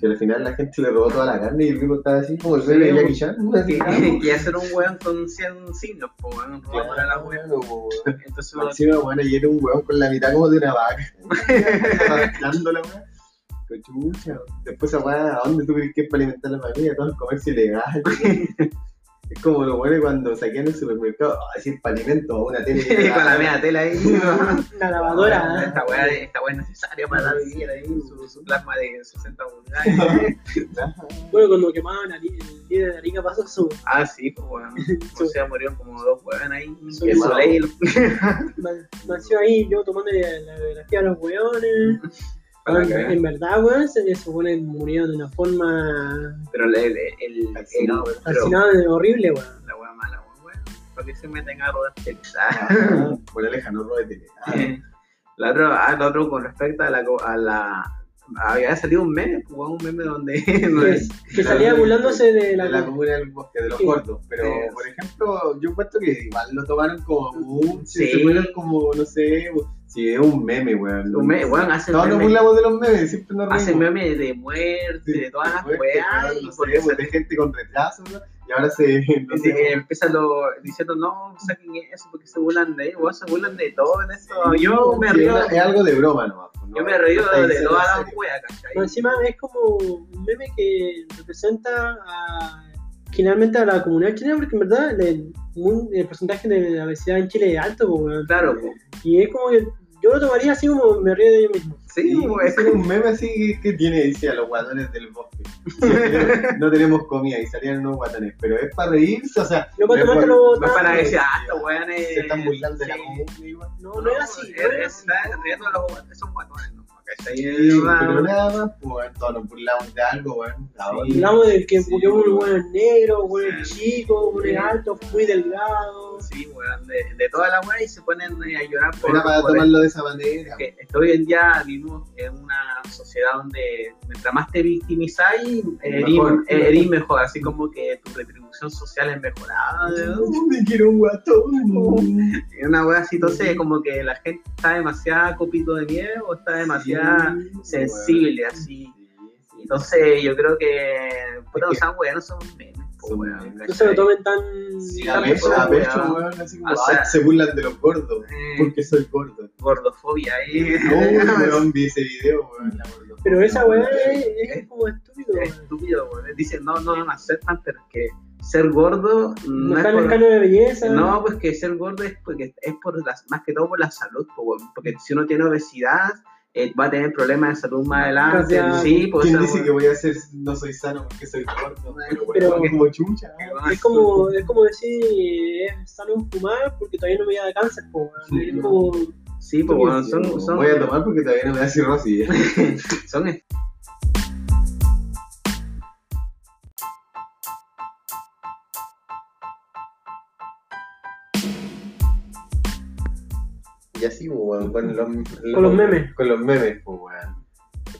Speaker 2: Que al final la gente le robó toda la carne y el tipo estaba así como el rey de Jackie Chan. así,
Speaker 1: Y- Y hacer un hueón con 100 signos, pues, hueón, robar a la hueá.
Speaker 2: Claro,
Speaker 1: Entonces, uno-
Speaker 2: Encima, bueno, y era un weón con la mitad como de
Speaker 1: (laughs)
Speaker 2: una vaca. Arrastrando la weá. Cochucha. Después esa weá, ¿a dónde tú crees que es para alimentar a la familia? Todo el comercio ilegal.
Speaker 1: (laughs)
Speaker 2: es como lo bueno cuando saquean el supermercado. Ah, sí, para alimento, una tele.
Speaker 1: (laughs) con la media tela (laughs) ahí, ¿no? (laughs)
Speaker 3: La lavadora.
Speaker 1: Esta weá, ¿eh? esta weá es necesaria para la vida, ahí, su, su plasma de 60 (laughs) unidades.
Speaker 3: Bueno, cuando quemaban al el líder de Arica pasó su
Speaker 1: ah, sí, pues weón. O sea, murieron como dos weón ahí.
Speaker 3: Sí,
Speaker 1: el
Speaker 2: wow.
Speaker 1: Soleil,
Speaker 3: man- mansión ahí, yo tomándole la- la biografía a los weones.
Speaker 1: (laughs) para
Speaker 3: Weón,
Speaker 1: que vean.
Speaker 3: en verdad, weón, se les supone murieron de una forma
Speaker 1: Pero el. el, el,
Speaker 2: Calcinado,
Speaker 1: el- pero-
Speaker 3: fascinada, horrible, weón.
Speaker 1: La weá mala, weón, weón. Para que se meten a rodar teles. Ah.
Speaker 2: Por Aleja, no
Speaker 1: (laughs)
Speaker 2: robes tele. Ah,
Speaker 1: La otra, ah, la otra con respecto a la. co- A la había salido un meme, pues, weón, un meme donde. (laughs)
Speaker 3: que,
Speaker 1: donde-
Speaker 3: que salía burlándose de la,
Speaker 2: de la comuna del bosque, de los
Speaker 3: Sí.
Speaker 2: gordos. Pero,
Speaker 1: Sí.
Speaker 2: por ejemplo, yo encuentro que igual lo tomaron como mucho.
Speaker 1: Sí.
Speaker 2: Se fueron como, no sé, si es un meme, weón.
Speaker 1: un meme, weón, hacen
Speaker 2: No,
Speaker 1: meme.
Speaker 2: nos burlamos de los memes, siempre nos reímos.
Speaker 1: Hacen memes de muerte, de todas las
Speaker 2: Después,
Speaker 1: weas,
Speaker 2: weón,
Speaker 1: y
Speaker 2: no
Speaker 1: por
Speaker 2: sé,
Speaker 1: eso
Speaker 2: pues,
Speaker 1: (laughs)
Speaker 2: de gente con retraso, ¿no? y ahora se... (laughs) no
Speaker 1: Dice,
Speaker 2: sé,
Speaker 1: empieza lo, diciendo, no, saquen eso porque se burlan de ellos, se burlan de todo en esto. Yo
Speaker 2: weón,
Speaker 1: me
Speaker 2: que
Speaker 1: río,
Speaker 2: Es, es algo de broma nomás. pues, ¿no?
Speaker 1: yo me río
Speaker 2: No está
Speaker 1: de
Speaker 2: diciendo
Speaker 1: todas
Speaker 2: en
Speaker 1: las
Speaker 2: serio.
Speaker 1: weas,
Speaker 3: Más
Speaker 1: ¿cachai?
Speaker 3: encima es como un meme que representa a, generalmente a la comunidad chilena, porque en verdad el, mun- el porcentaje de la obesidad en Chile es alto, po, weón.
Speaker 1: Claro, po.
Speaker 3: y es como que yo lo tomaría así como me río de yo mismo.
Speaker 1: sí,
Speaker 2: Sí,
Speaker 1: pues.
Speaker 2: ese era un meme así que- que tiene, dice, a los guatones del bosque. (laughs) Decía, no tenemos comida y salían unos guatones, pero es para reírse, o sea,
Speaker 3: No
Speaker 2: No
Speaker 3: para
Speaker 2: es
Speaker 3: tomártelo
Speaker 2: por-
Speaker 1: No es para
Speaker 3: tanto.
Speaker 1: decir, ah, estos weones.
Speaker 2: se están burlando de la
Speaker 1: sí.
Speaker 2: comida. igual.
Speaker 3: No, no era así, no era así.
Speaker 1: Están riendo a los guatones, esos guatones, ¿no? ¿Cachai?
Speaker 2: Sí, pero
Speaker 1: Ah,
Speaker 2: nada más, pues, bueno, todos nos burlamos de algo, bueno. ahora-
Speaker 3: Hablamos de que
Speaker 2: Sí,
Speaker 3: porque un
Speaker 2: weón.
Speaker 3: weón es negro, un weón es
Speaker 1: Sí.
Speaker 3: chico, un weón es
Speaker 1: Sí.
Speaker 3: alto, muy delgado.
Speaker 1: Sí, weón, de, de todas las weas y se ponen eh, a llorar por,
Speaker 2: Era para
Speaker 1: por
Speaker 2: tomarlo de esa manera.
Speaker 1: que esto hoy en día vivimos en una sociedad donde mientras más te victimizáis, eh, erís
Speaker 2: Mejor.
Speaker 1: erís eh, mejor, así como que tu retribución social es mejorada. ¿no?
Speaker 2: Me quiero
Speaker 1: (laughs)
Speaker 2: un guatón.
Speaker 1: Y Una wea así, entonces como que la gente está demasiado copito de nieve o está demasiado
Speaker 2: Sí, weón.
Speaker 1: sensible, así.
Speaker 2: Sí, sí.
Speaker 1: Entonces yo creo que, puta,
Speaker 2: Es
Speaker 1: no
Speaker 2: que-
Speaker 1: sean weas, no son memes. po, weón.
Speaker 2: No
Speaker 3: No se lo tomen tan.
Speaker 2: Sí,
Speaker 1: la
Speaker 2: a
Speaker 3: tan
Speaker 1: mesa,
Speaker 2: pecho,
Speaker 3: pesado,
Speaker 2: a pecho,
Speaker 1: weón.
Speaker 2: weón, así como,
Speaker 1: O sea-
Speaker 2: "Ay, Ah, se burlan de los gordos,
Speaker 1: Eh,
Speaker 2: porque soy gordo.
Speaker 1: Gordofobia ahí.
Speaker 2: (laughs)
Speaker 1: (laughs)
Speaker 2: No, weón, vi ese video, weón. la gordofobia.
Speaker 3: Pero esa weá es,
Speaker 1: eh.
Speaker 3: es como estúpido.
Speaker 1: Es
Speaker 3: weón.
Speaker 1: estúpido, weón. Dicen, no, no, no aceptan, pero es que ser gordo no,
Speaker 3: No
Speaker 1: es
Speaker 3: está en el
Speaker 1: por...
Speaker 3: canon de belleza.
Speaker 1: No, pues que ser gordo es porque es por las, más que todo por la salud, po, weón. porque si uno tiene obesidad eh, va a tener problemas de salud más adelante.
Speaker 3: Gracias.
Speaker 1: Sí, pues
Speaker 2: ¿Quién
Speaker 1: esa
Speaker 2: dice
Speaker 1: weá-
Speaker 2: que voy a ser, no soy sano porque soy gordo? Pero,
Speaker 3: Pero-
Speaker 2: weón, como chucha.
Speaker 1: que
Speaker 2: weón.
Speaker 1: va-
Speaker 3: Es como, es como decir, eh, es sano fumar porque todavía no me da cáncer, po, weón.
Speaker 2: Sí,
Speaker 3: Es
Speaker 2: no.
Speaker 3: como,
Speaker 1: Sí, pues weón, son, son,
Speaker 2: Voy a tomar porque todavía no me da (laughs) cirrosis.
Speaker 1: son este,
Speaker 2: Y así, pues, weón, con los,
Speaker 3: con los memes.
Speaker 2: Con los memes, pues, weón.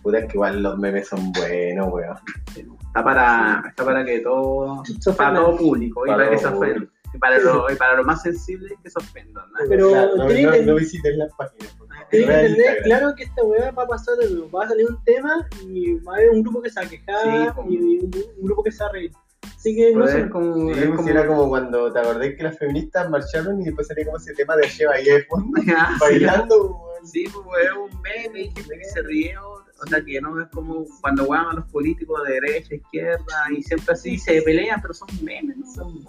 Speaker 2: Puta, es que igual los memes son buenos, weón.
Speaker 1: Está para, está para que todo,
Speaker 3: se
Speaker 1: para
Speaker 3: ofendan.
Speaker 1: todo público y
Speaker 2: Para
Speaker 1: para, que se
Speaker 2: todo
Speaker 1: ofendan. Y para los lo más sensibles que se ofendan. ¿no?
Speaker 3: Pero
Speaker 2: Claro, no,
Speaker 3: tenés
Speaker 2: no,
Speaker 3: que-
Speaker 2: no visites las páginas, por favor.
Speaker 3: Tienes
Speaker 2: Ve
Speaker 3: que
Speaker 2: al
Speaker 3: entender,
Speaker 2: Instagram.
Speaker 3: claro que esta weá va a pasar de nuevo. Va a salir un tema y va a haber un grupo que se va a
Speaker 1: Sí,
Speaker 3: quejar
Speaker 1: como-
Speaker 3: y un, un grupo que se va a reír. Así que
Speaker 1: Pero
Speaker 3: no
Speaker 1: es
Speaker 3: sé.
Speaker 1: como,
Speaker 2: Sí,
Speaker 1: es
Speaker 2: pues,
Speaker 1: como-
Speaker 2: era como cuando te acordás que las feministas marcharon y después salía como ese tema de lleva ahí (laughs) de fondo,
Speaker 1: Ah, (laughs) sí.
Speaker 2: bailando, weón.
Speaker 1: Sí, pues es un meme, hay gente que se ríe, o o sea que no es como cuando juegan a los políticos de derecha, izquierda, y siempre así se pelean, pero son memes, ¿no?
Speaker 2: Son memes,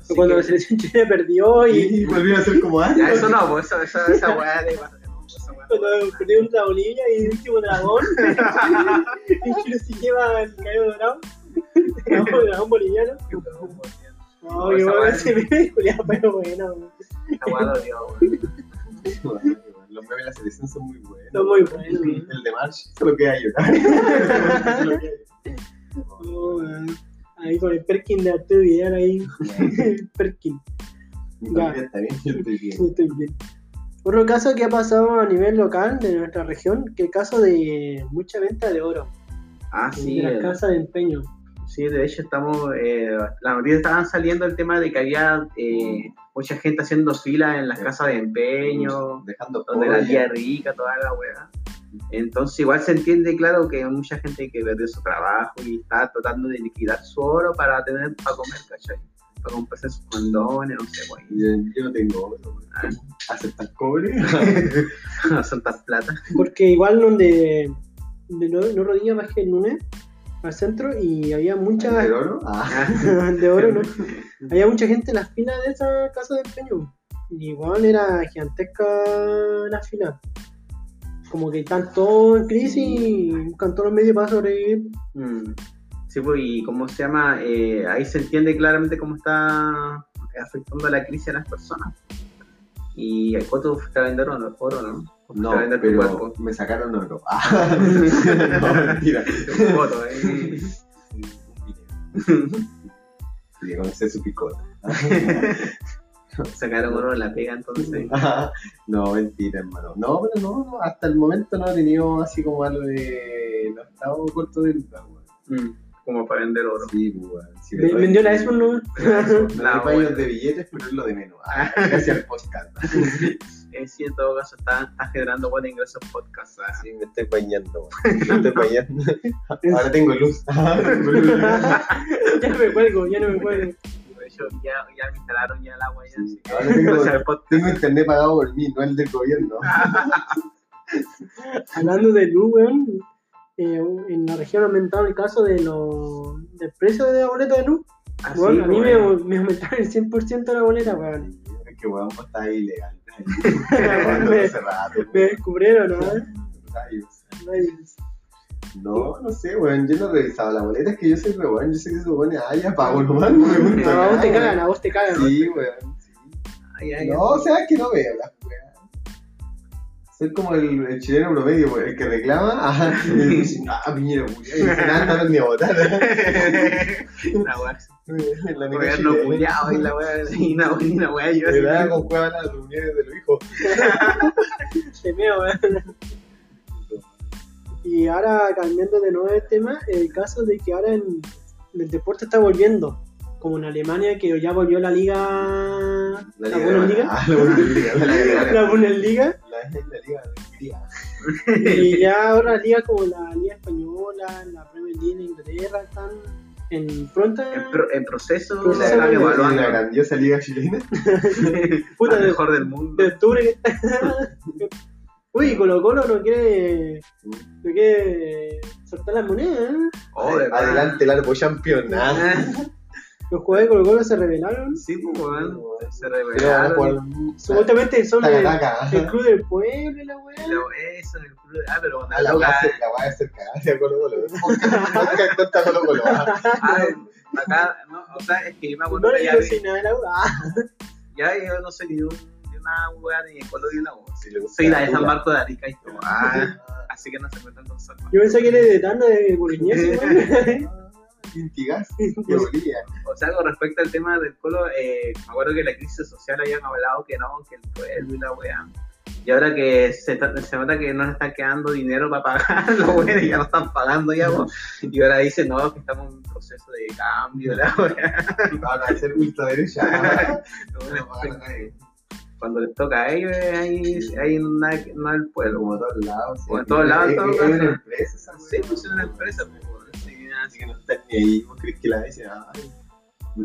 Speaker 1: Así
Speaker 3: Fue cuando
Speaker 1: que-
Speaker 3: la selección chilena perdió
Speaker 2: weón.
Speaker 3: y
Speaker 2: Y volvió a ser como
Speaker 1: Ya,
Speaker 2: antes.
Speaker 1: eso no, pues eso, eso- esa weá de no, esa weá
Speaker 3: (laughs) cuando perdió contra Bolivia y el último dragón. (laughs) y Chile se lleva el caño dorado. (laughs) El dragón boliviano. No,
Speaker 1: No,
Speaker 3: que
Speaker 1: esa
Speaker 3: weón,
Speaker 1: weá-
Speaker 3: ese meme culiado, pero bueno, weón.
Speaker 1: Esa weá dolió, weón.
Speaker 2: Weón, Los memes de la selección son muy buenos.
Speaker 3: Son muy buenos, weón.
Speaker 2: El de March se lo queda (laughs) llorar. Se lo queda
Speaker 3: No, weón. Ahí con el Perkin de Arturo Vidal ahí. (laughs) Perkin.
Speaker 2: Mi familia está bien, yo estoy bien.
Speaker 3: Sí, estoy bien. Otro caso que ha pasado a nivel local de nuestra región, que el caso de mucha venta de oro,
Speaker 1: Ah, sí,
Speaker 3: de las
Speaker 1: el-
Speaker 3: casas de empeño.
Speaker 1: sí, de hecho estamos, eh, las noticias estaban saliendo el tema de que había eh, mucha gente haciendo fila en las casas de empeño,
Speaker 2: Dejando
Speaker 1: donde la
Speaker 2: pollas.
Speaker 1: tía rica, toda la weá. Entonces igual se entiende, claro, que hay mucha gente que perdió su trabajo y está tratando de liquidar su oro para tener, para comer, ¿cachai? Para comprarse sus condones, no sé, pues, güey.
Speaker 2: Yo, yo no tengo oro, weón. ¿Aceptas (laughs) cobre?
Speaker 1: (laughs) No son tan plata.
Speaker 3: Porque igual donde de no, no rodilla más que el lunes al centro y había mucha
Speaker 2: ¿El oro? Ah,
Speaker 3: (laughs) de oro, ¿no? Había mucha gente en las filas de esa casa de empeño. Y igual era gigantesca la fila. Como que están todos en crisis y buscan todos los medios para sobrevivir.
Speaker 1: (laughs) Mm. Sí, pues, y cómo se llama, Eh, ahí se entiende claramente cómo está afectando la crisis a las personas. Y el coto fuiste a vender oro, oro, ¿no? Fuiste
Speaker 2: no,
Speaker 1: a vender tu
Speaker 2: pero
Speaker 1: cuerpo. (laughs)
Speaker 2: me sacaron oro. (laughs) Ah. No, mentira.
Speaker 1: El coto, eh. (laughs)
Speaker 2: Y conocer su picota.
Speaker 1: Sacaron oro de la pega entonces.
Speaker 2: No, mentira, hermano. No, pero no, no, hasta el momento no he tenido así como algo de. No he estado corto de lugar, weón.
Speaker 1: Mm, Como para vender
Speaker 2: (laughs)
Speaker 1: oro.
Speaker 2: Sí, weón. Sí,
Speaker 3: Ve-
Speaker 2: pero-
Speaker 3: vendió la Esmond, ¿no?
Speaker 2: No,
Speaker 1: La
Speaker 2: hay baños
Speaker 1: buena.
Speaker 2: de billetes, pero es lo de menos. Ah, gracias al podcast.
Speaker 1: Eh, sí, en todo caso está, está generando buen ingreso en podcast. ¿ah?
Speaker 2: Sí, me estoy bañando, weón. Me estoy bañando. Ahora tengo luz. Ahora
Speaker 3: ya no me cuelgo, ya no me cuelgo.
Speaker 1: De hecho, ya, ya me instalaron ya el agua. Ya, así que-
Speaker 2: tengo,
Speaker 1: gracias al podcast.
Speaker 2: tengo internet pagado por mí, no el del gobierno.
Speaker 3: Hablando de luz, weón, eh, en la región ha aumentado el caso de los del precio de la boleta de luz.
Speaker 1: Ah,
Speaker 3: Weón,
Speaker 1: sí,
Speaker 3: a mí me,
Speaker 1: bueno.
Speaker 3: me aumentaron el 100% la boleta,
Speaker 2: (laughs)
Speaker 3: weón. (laughs)
Speaker 2: Es que weón, pues, está ilegal.
Speaker 3: me,
Speaker 2: Hace rato,
Speaker 3: me
Speaker 2: weón.
Speaker 3: descubrieron, ¿no?
Speaker 2: Ay, o sea.
Speaker 3: Ay,
Speaker 2: No, no sé, weón. Yo no revisaba la boleta, es que yo soy re weón. Yo sé que se supone, ah, ya pago nomás, no me gusta.
Speaker 3: no, a vos te
Speaker 2: nada,
Speaker 3: cagan, a vos te
Speaker 2: weón.
Speaker 3: cagan.
Speaker 2: Sí, weón. sí.
Speaker 1: Ay, ay,
Speaker 2: No,
Speaker 1: ay.
Speaker 2: o
Speaker 1: (laughs)
Speaker 2: sea, es que no veo las weas. Soy como el, el chileno promedio, weón. El que reclama, ah, y dice, ah, piñera, weón. Y dice, nada, no ni a votar.
Speaker 1: La wea,
Speaker 2: La
Speaker 1: el
Speaker 2: mitad
Speaker 1: gobierno
Speaker 2: chilena.
Speaker 1: culiao, y la wea, y la wea, y la wea, yo
Speaker 2: Le daba
Speaker 1: así,
Speaker 2: con cueva las reuniones de los hijos.
Speaker 3: Te meo, weón. (laughs) Y ahora, cambiando de nuevo el tema, el caso de que ahora en, el deporte está volviendo. Como en Alemania, que ya volvió la liga.
Speaker 1: (laughs)
Speaker 3: La Bundesliga.
Speaker 2: Ah, la Bundesliga. La Liga.
Speaker 3: La Bundesliga.
Speaker 2: La la Liga de Hungría.
Speaker 1: (laughs)
Speaker 3: Y ya ahora ligas como la Liga Española, la Premier League de Inglaterra están en pronta.
Speaker 1: En, pro- en proceso,
Speaker 2: Pues
Speaker 3: Proceso
Speaker 1: la
Speaker 3: de-
Speaker 1: están
Speaker 3: de
Speaker 1: evaluando. (laughs)
Speaker 2: la grandiosa liga chilena.
Speaker 3: Puta,
Speaker 1: la
Speaker 3: de-
Speaker 1: mejor del mundo.
Speaker 3: de
Speaker 1: (laughs)
Speaker 3: octubre que está. Uy, Colo Colo no quiere. No quiere soltar las monedas. ¿eh?
Speaker 1: Oh, de verdad.
Speaker 2: Adelante, largo campeón. Ah,
Speaker 3: Los jugadores de Colo Colo se
Speaker 1: (laughs)
Speaker 3: revelaron.
Speaker 1: Sí, pues, weón. Se
Speaker 2: pero van a jugar.
Speaker 1: revelaron.
Speaker 3: Supuestamente son
Speaker 2: Taca,
Speaker 3: el,
Speaker 2: taca.
Speaker 3: el club del pueblo y la weá.
Speaker 1: Pero Eso, el club de- Ah, pero cuando
Speaker 2: Ah, la
Speaker 1: toca-
Speaker 2: voy a hacer, la voy a hacer cagar, sea Colo Colo. Podcast contra Colo Colo. ah.
Speaker 3: (laughs)
Speaker 1: Ah, acá, no, o sea, es que yo me
Speaker 3: No
Speaker 1: acuerdo
Speaker 3: le
Speaker 1: que ya,
Speaker 3: quiero decir nada de la weá. Ah,
Speaker 1: ya yo no soy ni un, ni una weá ni de color ni la voz.
Speaker 2: Si le gusta
Speaker 1: Soy la de San
Speaker 2: duda.
Speaker 1: Marco de Arica y todo. Ah, así que no se metan con San Marco.
Speaker 3: Yo pensé que era de Tanda de (laughs) Boloñese, weón.
Speaker 2: Intigas, de Bolivia.
Speaker 1: O sea, con respecto al tema del colo, eh, me acuerdo que la crisis social habían hablado que no, que el pueblo y la weá. Y ahora que se, ta- se nota que no les está quedando dinero para pagar, (laughs) los weones ya no están pagando ya, po. y ahora dicen, no, que estamos en un proceso de cambio, la weá.
Speaker 2: Van a hacer ultraderecha.
Speaker 1: (laughs)
Speaker 2: ah. No van a ganar.
Speaker 1: Este, Cuando les toca a ellos, eh, ahí, ahí no, hay- no hay el pueblo.
Speaker 2: Como
Speaker 1: po.
Speaker 2: a todos lados.
Speaker 1: Como a todos lados,
Speaker 2: Es-
Speaker 1: en todo
Speaker 2: es-
Speaker 1: caso.
Speaker 2: Es una empresa esa
Speaker 1: Sí,
Speaker 2: weá.
Speaker 1: pues es una empresa, pues, weón. Sí,
Speaker 2: Así que no están ni ahí. ¿Vos crees que la dicen? Ay.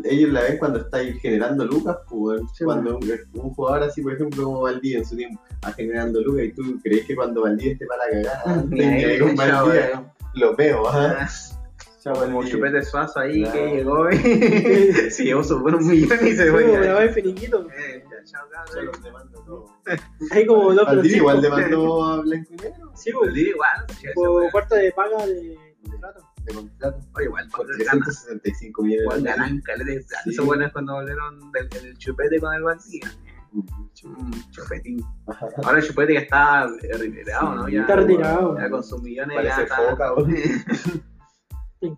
Speaker 2: Ellos la ven cuando estáis generando lucas, pues, weón.
Speaker 3: Sí,
Speaker 2: cuando un, un jugador así, por ejemplo, como Valdía en su tiempo, va generando lucas y tú crees que cuando Valdía esté para cagar,
Speaker 1: (laughs)
Speaker 2: (laughs) antes
Speaker 1: Ni ahí,
Speaker 2: de llegar un mal
Speaker 1: chao,
Speaker 2: día,
Speaker 1: weón.
Speaker 2: lo veo, ¿ah? Chao,
Speaker 1: Como
Speaker 2: Valdivia.
Speaker 1: Chupete Suazo ahí
Speaker 2: Claro.
Speaker 1: que llegó y (laughs) se llevó
Speaker 2: (laughs)
Speaker 1: su buen millón y se fue.
Speaker 3: Como
Speaker 1: ya.
Speaker 3: grababa el finiquito.
Speaker 1: Eh, ya, chao,
Speaker 2: Yo
Speaker 1: cabrón.
Speaker 2: los demando todos.
Speaker 3: Ahí como dos
Speaker 2: Valdivia igual
Speaker 3: Francisco.
Speaker 2: demandó a Blanco y Negro
Speaker 3: Sí,
Speaker 1: Pues
Speaker 3: weón.
Speaker 1: sí, igual, sí, ese
Speaker 3: Por
Speaker 1: weón.
Speaker 3: cuarta de paga de contrato.
Speaker 2: de contrato
Speaker 1: Oye, igual,
Speaker 2: por
Speaker 1: porque ganan,
Speaker 2: 365 millones
Speaker 1: igual
Speaker 2: de dólares.
Speaker 1: ganan caleta de plata.
Speaker 2: Sí.
Speaker 1: Esos buenos cuando volvieron del, del chupete con el Valdivia.
Speaker 2: Mucho.
Speaker 1: Mm, chupetín.
Speaker 2: Ajá.
Speaker 1: Ahora el chupete que está eh, retirado, ¿no? Ya,
Speaker 3: Está retirado.
Speaker 1: ya con sus millones ya
Speaker 2: Parece
Speaker 1: está.
Speaker 2: foca, weón.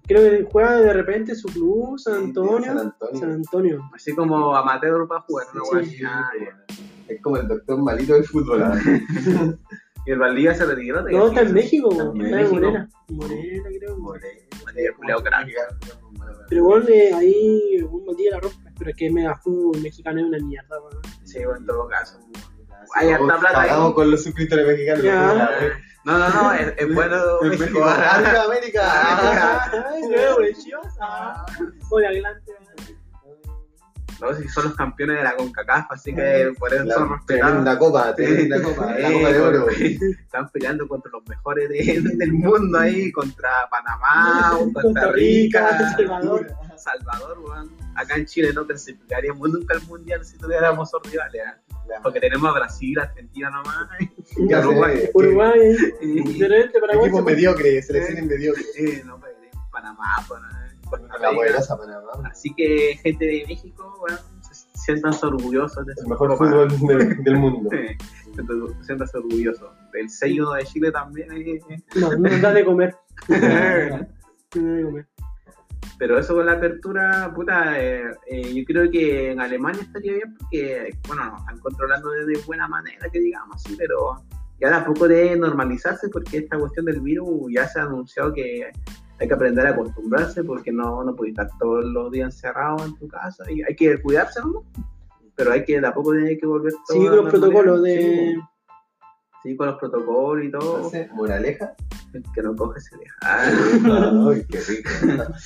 Speaker 3: Creo que juega de repente su
Speaker 2: (laughs)
Speaker 3: club, San
Speaker 2: San
Speaker 3: Antonio.
Speaker 2: Antonio.
Speaker 3: San Antonio.
Speaker 1: Así como amateur para jugar, ¿no?
Speaker 3: Sí,
Speaker 1: Weón,
Speaker 2: Sí,
Speaker 1: ya,
Speaker 2: sí,
Speaker 1: ya.
Speaker 2: sí. Es como el doctor malito del fútbol. ¿ah?
Speaker 1: Y el Valdivia se retiró. te
Speaker 3: No, está
Speaker 1: decía.
Speaker 3: en México, weón.
Speaker 2: en
Speaker 3: Está en
Speaker 1: México.
Speaker 3: Morena. Morena, creo. weón.
Speaker 1: Valdivia, culiao crack.
Speaker 3: Pero bueno, eh, ahí un Matías la rompe. Pero es que mega fútbol mexicano es una mierda, weón.
Speaker 1: Sí, bueno, en todo caso.
Speaker 2: Ahí
Speaker 1: Hay harta plata ahí.
Speaker 2: Pagamos con los suscriptores mexicanos.
Speaker 3: Ya.
Speaker 2: la verdad, ¿eh?
Speaker 1: No, no, no, es, es bueno
Speaker 2: (laughs)
Speaker 1: (laughs)
Speaker 2: En
Speaker 1: México.
Speaker 2: México, ¡Arriba América!
Speaker 3: Ay, luego, el Ah, Chivas, ah. Voy adelante, weón.
Speaker 1: No, si son los campeones de la CONCACAF, así que por eso son
Speaker 2: La
Speaker 1: respetados.
Speaker 2: (laughs) tremenda copa,
Speaker 1: Sí.
Speaker 2: tremenda copa, la
Speaker 1: Eh,
Speaker 2: copa de oro.
Speaker 1: (laughs) Están peleando contra los mejores de- del mundo ahí, contra
Speaker 3: (laughs)
Speaker 1: Panamá,
Speaker 3: Costa
Speaker 1: Ah, Costa
Speaker 3: Rica, El
Speaker 1: Rica,
Speaker 3: Salvador.
Speaker 1: Salvador, weón. Acá en Chile no clasificaríamos nunca al mundial si tuviéramos esos rivales, ¿eh?
Speaker 2: La-
Speaker 1: porque tenemos a Brasil, Argentina nomás.
Speaker 2: Ya se
Speaker 1: Uruguay.
Speaker 2: ve.
Speaker 3: Uruguay.
Speaker 1: Y-
Speaker 3: De repente Paraguay.
Speaker 2: Equipo
Speaker 3: se-
Speaker 2: mediocre, selecciones mediocres.
Speaker 1: Eh, no, pero Panamá, Panamá,
Speaker 2: La
Speaker 1: Costa Rica.
Speaker 2: poderosa Panamá.
Speaker 1: Así que, gente de México, weón, se sientan orgullosos de
Speaker 2: El
Speaker 1: su
Speaker 2: mejor
Speaker 1: copa.
Speaker 2: fútbol del- del mundo.
Speaker 1: Sí, siéntase- siéntase orgulloso. El 6-1 de Chile también. eh, eh.
Speaker 3: No, no da de comer.
Speaker 2: (laughs)
Speaker 1: (laughs)
Speaker 3: No da de comer.
Speaker 1: Pero eso con la apertura, puta, eh, eh, yo creo que en Alemania estaría bien porque, bueno, nos están controlando de, de buena manera, que digamos así, pero ya tampoco debe normalizarse porque esta cuestión del virus ya se ha anunciado que hay que aprender a acostumbrarse porque no, no puedes estar todos los días encerrado en tu casa y hay que cuidarse, ¿no? Pero hay que, tampoco tiene que volver todo.
Speaker 3: Sigue
Speaker 1: a
Speaker 3: con
Speaker 1: la
Speaker 3: los protocolos
Speaker 1: normalidad.
Speaker 3: de.
Speaker 1: Sí, con los protocolos y todo.
Speaker 2: Entonces,
Speaker 1: (laughs)
Speaker 2: moraleja.
Speaker 1: El que no coge se deja. Ah,
Speaker 2: Ay, qué rico.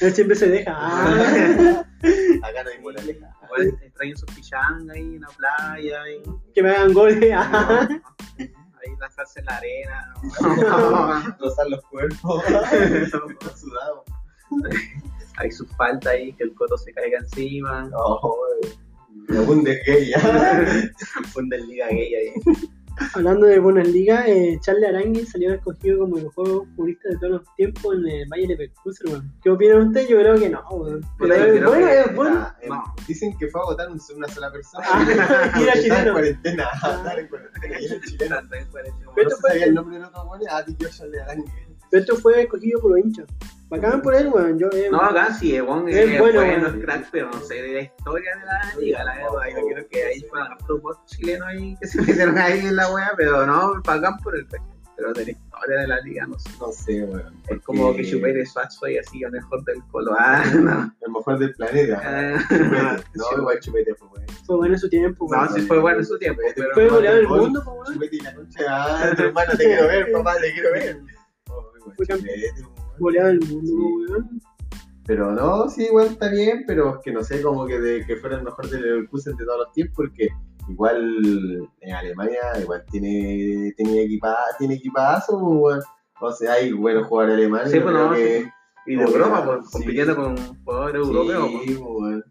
Speaker 3: Él siempre se deja.
Speaker 1: (laughs)
Speaker 3: Ah.
Speaker 2: Acá no hay moraleja.
Speaker 1: bueno, extraño sus pichangas ahí en la playa. Y,
Speaker 3: Que me hagan goles. Ah.
Speaker 1: ahí lanzarse en la arena.
Speaker 2: Rozar los (laughs) cuerpos. Sudado.
Speaker 1: Hay su falta ahí, que el coto se caiga encima.
Speaker 2: No, la bunda es gay, ¿ah?
Speaker 1: Funde el liga gay ahí.
Speaker 3: Hablando de Bundesliga, eh, Charles Arangui salió escogido como el juego purista de todos los tiempos en el Bayern Leverkusen, weón. ¿Qué opinan ustedes? Yo creo que no, weón. Pero
Speaker 1: Puta, yo
Speaker 3: es
Speaker 1: creo
Speaker 3: bueno,
Speaker 1: que
Speaker 3: es
Speaker 2: (laughs)
Speaker 3: bueno.
Speaker 2: Ah, eh,
Speaker 1: No.
Speaker 2: Dicen que fue a votar un- una sola persona.
Speaker 3: Ah, (laughs) y era
Speaker 2: Porque estaba en
Speaker 3: chileno.
Speaker 2: cuarentena. (laughs) Estaba en cuarentena y era chileno.
Speaker 1: Tanto en cuarenta y uno.
Speaker 2: No
Speaker 3: Pero
Speaker 2: se sabía el nombre del otro güey. Ah, tío, yo le
Speaker 3: Pero esto fue escogido por los hinchas. Bacán por él, weón. Yo, eh,
Speaker 1: No, acá sí, es bueno,
Speaker 3: Es
Speaker 1: es
Speaker 3: bueno,
Speaker 1: bueno,
Speaker 3: bueno.
Speaker 1: es crack, pero no sé de la historia de la liga, la verdad. Yo creo que ahí fueron los dos chilenos ahí que se (laughs) metieron ahí en la wea, pero no, pagan por el pero de la historia de la liga, no sé.
Speaker 2: No sé, güey.
Speaker 1: Es como
Speaker 2: Porque
Speaker 1: que chupé de Swatch soy así, el mejor del colo. Ah, (laughs) no.
Speaker 2: El mejor del planeta.
Speaker 1: (laughs) Eh,
Speaker 2: Chupete. No, igual chupete, pues, güey.
Speaker 3: Fue bueno en su tiempo, weón.
Speaker 1: No, sí fue bueno en su tiempo, pero.
Speaker 3: Fue goleado del
Speaker 2: Gol.
Speaker 3: mundo, po, weón.
Speaker 2: Chupete y la concha. Ah, tu hermano, te quiero ver, papá, te quiero ver. Oh, güey,
Speaker 3: Fue
Speaker 2: chupete, güey.
Speaker 3: Goleado del mundo,
Speaker 2: Sí.
Speaker 3: weón.
Speaker 2: Pero no, sí, igual está bien, pero es que no sé, como que, de, que fuera el mejor del Leverkusen de todos los tiempos, porque igual en Alemania igual tiene, tiene, equipa, tiene equipazo, pues, weón. O sea, hay buenos jugadores alemanes.
Speaker 1: Sí,
Speaker 2: yo
Speaker 1: pues,
Speaker 2: creo
Speaker 1: no,
Speaker 2: que-
Speaker 1: sí. Y de
Speaker 2: Oye,
Speaker 1: Europa, pues,
Speaker 2: Oh, sí.
Speaker 1: compitiendo con jugadores europeos. pues.
Speaker 2: Sí, weón.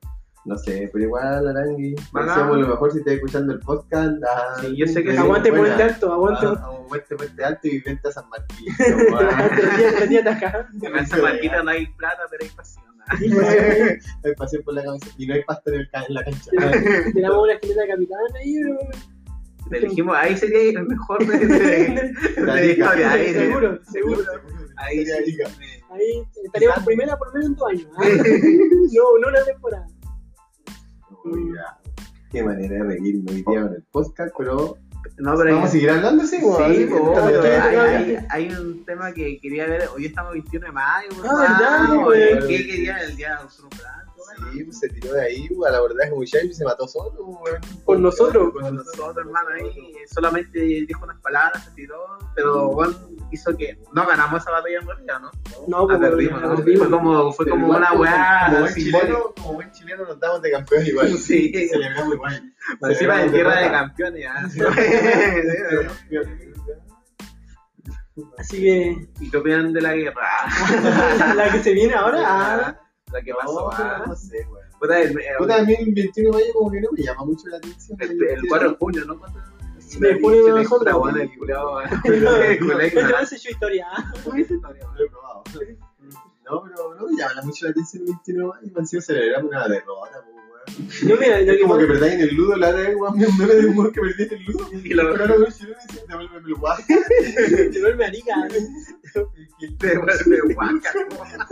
Speaker 2: No sé, pero igual, Arangui.
Speaker 1: Bacán.
Speaker 2: Deseamos lo mejor si estás escuchando el podcast. ah,
Speaker 1: Sí, yo sé que
Speaker 2: eh,
Speaker 1: sí.
Speaker 3: Aguante
Speaker 2: buena.
Speaker 3: puente alto, aguante.
Speaker 2: Ah, Aguante puente alto y vente a San Martín. (laughs)
Speaker 3: Te la tía- te la tía ataca.
Speaker 1: En esa marquita no hay plata, pero hay pasión. ¿ah?
Speaker 3: Y por ahí
Speaker 2: Hay pasión por la cabeza y no hay pasta en, el ca- en la cancha.
Speaker 1: (laughs)
Speaker 3: Tiramos una esquinita de capitán ahí, pero.
Speaker 1: Te dijimos, ahí sería el mejor
Speaker 2: (laughs)
Speaker 1: de, de- de la historia. Ahí,
Speaker 3: Seguro, seguro.
Speaker 1: ahí
Speaker 2: Sería
Speaker 1: sí.
Speaker 2: liga.
Speaker 3: Ahí estaríamos en primera por menos en dos años. ¿ah? No, no una temporada.
Speaker 2: Oiga, Qué manera de reírme hoy día en el podcast, pero
Speaker 1: No, pero
Speaker 2: vamos a seguir hablando, sí, weón.
Speaker 1: Sí, po,
Speaker 2: Estamos
Speaker 1: pero
Speaker 2: todos
Speaker 1: hay,
Speaker 2: acá.
Speaker 1: hay- hay un tema que quería ver. Hoy estamos 21 de mayo.
Speaker 3: Ah,
Speaker 1: hermano,
Speaker 3: verdad, güey.
Speaker 1: ¿Qué quería el día de nuestro plan?
Speaker 2: pues. Sí, pues, se tiró de ahí, weón, la verdad es que Muchacho se mató solo, weón.
Speaker 3: Por nosotros.
Speaker 1: Con nosotros, hermano, ahí eh, solamente dijo unas palabras, se tiró, pero Juan hizo que no ganamos esa batalla en realidad, ¿no?
Speaker 3: No,
Speaker 1: La
Speaker 3: pues,
Speaker 1: perdimos,
Speaker 3: la
Speaker 1: ¿no?
Speaker 3: perdimos.
Speaker 1: Fue como, fue
Speaker 2: Pero
Speaker 1: como
Speaker 2: igual,
Speaker 1: una
Speaker 2: Como
Speaker 1: weá (laughs)
Speaker 2: buen,
Speaker 1: simbólica.
Speaker 2: chileno, como buen chileno nos damos de campeón igual.
Speaker 1: (laughs) Sí.
Speaker 2: Celebramos igual.
Speaker 1: Encima de
Speaker 2: Celebramos
Speaker 1: tierra de
Speaker 2: derrota.
Speaker 1: campeones, ¿ah? (laughs) Sí.
Speaker 3: Así que.
Speaker 1: ¿Y qué opinan de la guerra?
Speaker 3: (laughs) La que se viene
Speaker 1: (laughs)
Speaker 3: ahora. ah,
Speaker 1: La que
Speaker 2: No,
Speaker 1: pasó, ah.
Speaker 2: no sé, weón.
Speaker 1: Puta, el, el-
Speaker 2: Puta, a mí el 21 de mayo como que no me llama mucho la atención.
Speaker 1: el- el 4 de junio, ¿no? ¿Cuánto?
Speaker 3: Sí, me pone
Speaker 1: Se le
Speaker 3: mejor
Speaker 1: extra,
Speaker 3: la
Speaker 1: weón,
Speaker 3: vida.
Speaker 1: el
Speaker 2: (laughs)
Speaker 1: culiao, ah. weón. (laughs) El culiao
Speaker 3: No te
Speaker 1: ignorante.
Speaker 3: has hecho historia. ah.
Speaker 2: Lo he probado. No, pero no me llama mucho la atención el 21 de mayo. Me han sido celebrar una derrota, pues, weón.
Speaker 3: Yo, mira, lo que
Speaker 2: Es como que
Speaker 3: pasa-
Speaker 2: perdáis en el ludo, la verdad, weón. Me meme de humor que perdí en el ludo.
Speaker 1: Y lo-
Speaker 2: Pero no, weón, si no me decían, devuélveme el guaje. (laughs)
Speaker 3: te vuelve a Arica.
Speaker 1: (laughs) Te vuelve guaca, weón.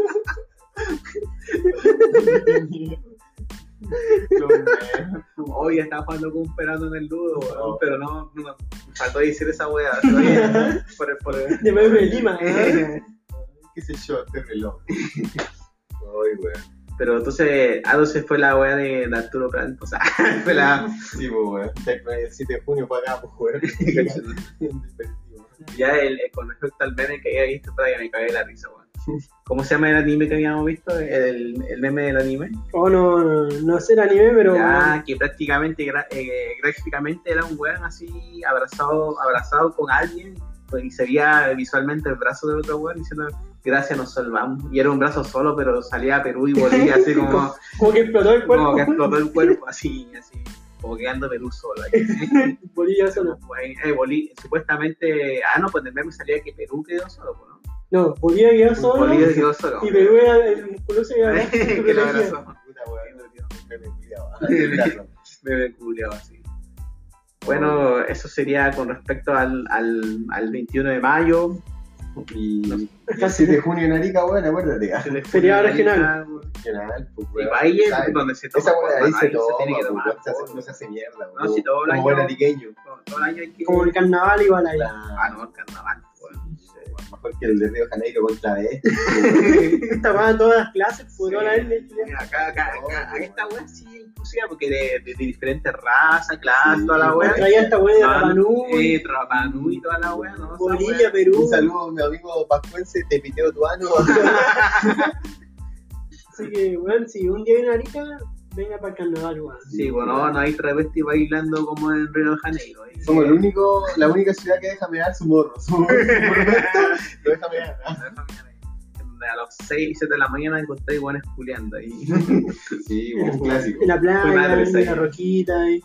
Speaker 2: Lo meme.
Speaker 1: Hoy estaba jugando con un perano en el ludo, weón,
Speaker 2: No.
Speaker 1: pero no, no, faltó decir esa weá. se lo (laughs) dije, por el- por el-
Speaker 3: Te vuelve
Speaker 1: (laughs)
Speaker 3: Lima. ¿eh?
Speaker 2: qué sé yo, este reloj. Ay, weón.
Speaker 1: Pero entonces, ah, entonces fue la weá de, de Arturo Prat, o (laughs) sea, fue
Speaker 3: (laughs)
Speaker 1: la...
Speaker 2: Sí, pues, weón. El 7 de junio para acá, pues,
Speaker 1: (laughs)
Speaker 2: weón.
Speaker 1: Ya el, el- con respecto al meme que había visto, para que me cagué la risa, weón. ¿Cómo se llama el anime que habíamos visto? El, el meme del anime.
Speaker 3: Oh, no, no, no sé el anime, pero.
Speaker 1: Ya, que prácticamente, gra- eh, gráficamente era un weón así, abrazado, abrazado con alguien, pues, y se veía visualmente el brazo del otro weón diciendo, gracias, nos salvamos. Y era un brazo solo, pero salía a Perú y Bolivia,
Speaker 3: (laughs)
Speaker 1: así como,
Speaker 3: Como que explotó el cuerpo.
Speaker 1: como que explotó el cuerpo, así, así, como quedando Perú solo. ahí,
Speaker 3: (laughs)
Speaker 1: así.
Speaker 3: Bolivia solo.
Speaker 1: Ahí, ahí, Pues, Bolí- supuestamente, ah, no, pues del meme salía que Perú quedó solo, pues, ¿no?
Speaker 3: No, Bolivia quedó solo.
Speaker 1: Bolivia quedó solo.
Speaker 3: Y Perú era el musculoso
Speaker 1: (laughs)
Speaker 3: y era
Speaker 1: que lo abrazó.
Speaker 2: Puta, weón, no tenía un meme culiao, ah,
Speaker 1: Sí.
Speaker 2: claro.
Speaker 1: Bebé culiao, así. Bueno, eso sería con respecto al, al, al 21 de mayo.
Speaker 2: Y y el 7 de junio en Arica, weón, acuérdate. ah.
Speaker 3: Feriado regional.
Speaker 2: Que nada, pues,
Speaker 1: Y
Speaker 2: weón,
Speaker 1: para ahí es
Speaker 2: ¿sabes?
Speaker 1: donde se toma.
Speaker 2: Esa weá ahí
Speaker 1: pues,
Speaker 2: se
Speaker 1: ahí
Speaker 2: toma,
Speaker 1: tiene que
Speaker 2: pues,
Speaker 1: tomar,
Speaker 2: weón, se hace-
Speaker 1: pues.
Speaker 2: no se hace mierda,
Speaker 1: No, si todo el
Speaker 2: Como
Speaker 1: año-
Speaker 2: buen ariqueño.
Speaker 1: Todo- todo el año hay que.
Speaker 3: Como el carnaval igual ahí.
Speaker 1: Ah,
Speaker 2: Claro.
Speaker 1: no, el carnaval. weón.
Speaker 2: Mejor que el de Río de Janeiro contra (laughs) B.
Speaker 3: Estaban todas las clases, por toda la
Speaker 1: Sí.
Speaker 3: vez.
Speaker 1: Acá, acá,
Speaker 2: No,
Speaker 1: acá.
Speaker 2: weón.
Speaker 1: Esta weá sí es inclusiva porque de, de- de diferentes razas, clases,
Speaker 2: Sí.
Speaker 1: toda la weá.
Speaker 3: Traía esta wea de
Speaker 1: Ah,
Speaker 3: Rapanú,
Speaker 1: eh, Rapanui y toda la weá, ¿no? Esa
Speaker 3: Bolivia,
Speaker 1: weá.
Speaker 3: Perú.
Speaker 2: Un saludo a mi amigo Pascuense, te piteo tu ano. (laughs)
Speaker 3: Así que, weón, si un día viene a Arica, venga para el carnaval, weón.
Speaker 1: Sí, bueno, no hay travesti bailando como en Río de Janeiro. eh.
Speaker 2: Somos el único, la única ciudad que deja mear su morro. (laughs) Su morro su monumento lo deja mear. ah.
Speaker 1: eh. A las 6, 7 de la mañana encontré iguanes culiando ahí.
Speaker 2: Sí, un clásico.
Speaker 3: En la
Speaker 1: Fue
Speaker 3: playa,
Speaker 1: madre,
Speaker 3: en la
Speaker 1: sí.
Speaker 3: roquita. Y...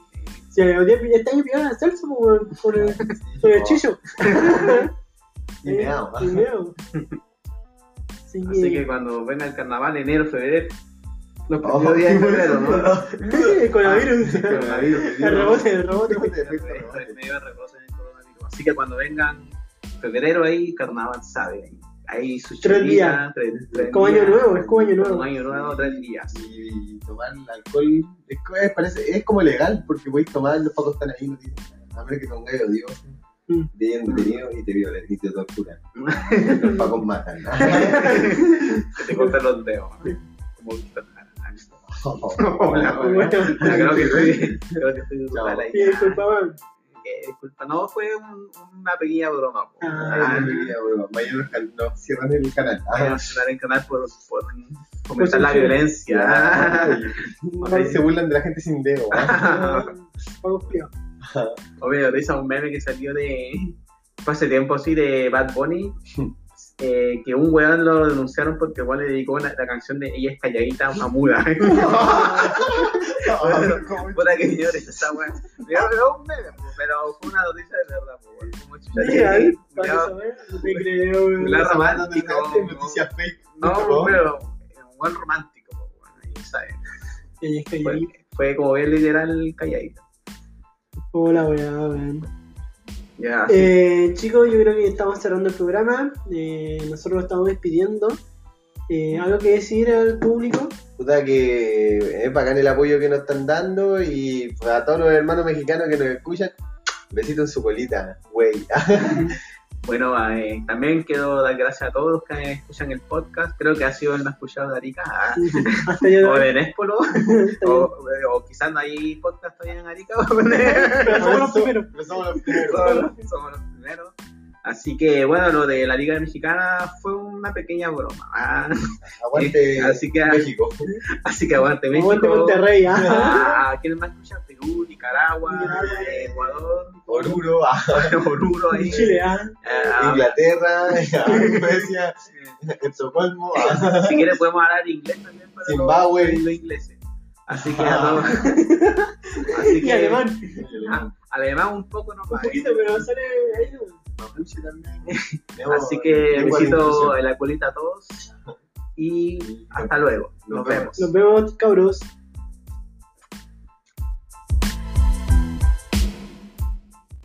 Speaker 3: Sí, hoy día- este año pillaron a Celso, pues, weón, por el, por
Speaker 1: Oh.
Speaker 3: el
Speaker 1: (laughs)
Speaker 3: chillo.
Speaker 2: Y meao. ah.
Speaker 3: Y meao. Así
Speaker 1: Así
Speaker 3: que,
Speaker 1: que cuando venga el carnaval, enero, febrero, los
Speaker 2: Oh,
Speaker 1: primeros días de febrero, ¿no?
Speaker 3: (laughs)
Speaker 2: (laughs)
Speaker 1: Ah,
Speaker 3: el coronavirus.
Speaker 2: Coronavirus,
Speaker 3: El rebote, el
Speaker 2: (laughs)
Speaker 3: rebote.
Speaker 1: Este medio de reposo en el coronavirus. Así que cuando vengan febrero ahí, carnaval sabe. ahí. Ahí su
Speaker 3: Tres
Speaker 1: chelita,
Speaker 3: días.
Speaker 1: tres- tres
Speaker 3: Como año
Speaker 1: días.
Speaker 3: nuevo, es como año nuevo.
Speaker 1: Como año nuevo, tres días.
Speaker 2: Y tomar alcohol es, co- es- parece, es como legal porque podéis tomar, los pacos están ahí, no tienen nada. A menos que pongáis odioso,
Speaker 3: Mm.
Speaker 2: te hayan detenido y te violen y te torturan. (laughs) los pacos matan. (laughs)
Speaker 1: Que te corten los dedos. Como Víctor Jara.
Speaker 2: Hola,
Speaker 1: Bueno.
Speaker 3: Bueno,
Speaker 1: Ah, Creo que estoy. Creo que estoy.
Speaker 2: Chao.
Speaker 1: brutal ahí.
Speaker 3: sí, disculpa, (laughs) weón.
Speaker 1: Eh, disculpa, no, fue un- una pequeña broma. po. Eh,
Speaker 3: Ah.
Speaker 2: Mañana nos cierran el canal. Ah, (laughs)
Speaker 1: Voy a cancelar el canal por, por fomentar la violencia.
Speaker 2: Ahí se burlan de la gente sin dedo. (laughs) ¿ah?
Speaker 3: Pagos fríos.
Speaker 1: (laughs) Obvio, te hizo un meme que salió de. Fue hace tiempo así de Bad Bunny. eh, que un weón lo denunciaron porque igual le dedicó la, la canción de Ella es calladita a una muda.
Speaker 3: (laughs)
Speaker 1: Puta que señores, esa weón. Pero pero un meme, po, pero fue una noticia de verdad, po, weón. Como chucha,
Speaker 3: Sí, a ver,
Speaker 1: culiao,
Speaker 3: para saber, no te creo. weón.
Speaker 1: La
Speaker 2: Esa weá no
Speaker 1: romántico,
Speaker 2: tiene nada de
Speaker 1: no.
Speaker 2: noticias fake.
Speaker 1: No, pero eh, un buen romántico, po, weón. Ahí sabes.
Speaker 3: Ella es
Speaker 1: Fue,
Speaker 3: calladita.
Speaker 1: fue como bien literal calladita.
Speaker 3: Hola, weá, weón.
Speaker 1: Ya, sí.
Speaker 3: Eh, chicos, yo creo que estamos cerrando el programa. Eh, nosotros nos estamos despidiendo. Eh, ¿Algo que decir al (laughs) público?
Speaker 2: Puta que eh, es bacán el apoyo que nos están dando y pues, a todos los hermanos mexicanos que nos escuchan, besito en su colita, güey.
Speaker 1: Bueno, eh, también quiero dar gracias a todos los que escuchan el podcast. Creo que ha sido el más escuchado de Arica. ah,
Speaker 3: Hasta yo.
Speaker 1: O de Nespolo. O, o quizás no hay podcast todavía en Arica. (laughs)
Speaker 3: (laughs) Pero somos los
Speaker 2: (laughs)
Speaker 3: primeros.
Speaker 2: Empezamos los
Speaker 1: somos,
Speaker 2: primeros.
Speaker 1: los, somos los primeros. Así que bueno, lo de la Liga Mexicana fue una pequeña broma. ah.
Speaker 2: Aguante
Speaker 1: Así que- ah.
Speaker 2: México.
Speaker 1: Así que aguante México.
Speaker 3: Aguante este Monterrey, (laughs) ¿ah?
Speaker 1: Ah, ¿Quién más escucha? Perú, Nicaragua, eh, Ecuador,
Speaker 2: Oruro, ah,
Speaker 1: Oruro, ahí.
Speaker 3: Chile, ¿ah?
Speaker 1: Ah,
Speaker 2: Inglaterra, (laughs) ah, (laughs) Grecia, Estocolmo, ah,
Speaker 1: eh, si quieres podemos hablar inglés también para los-
Speaker 2: Zimbabue.
Speaker 1: los, ingleses. Así que a
Speaker 2: Ah.
Speaker 3: (laughs)
Speaker 1: todos. Así
Speaker 3: Y
Speaker 1: que
Speaker 3: alemán.
Speaker 1: ah, alemán un poco nomás. eh,
Speaker 3: Un poquito, pero sale ahí. weón.
Speaker 2: mapuche también.
Speaker 3: eh,
Speaker 1: Así que
Speaker 2: Lengua de
Speaker 1: besito
Speaker 2: inclusión.
Speaker 1: en la colita a todos y hasta luego. Nos
Speaker 2: Nos
Speaker 1: vemos.
Speaker 2: vemos.
Speaker 3: Nos vemos, cabros.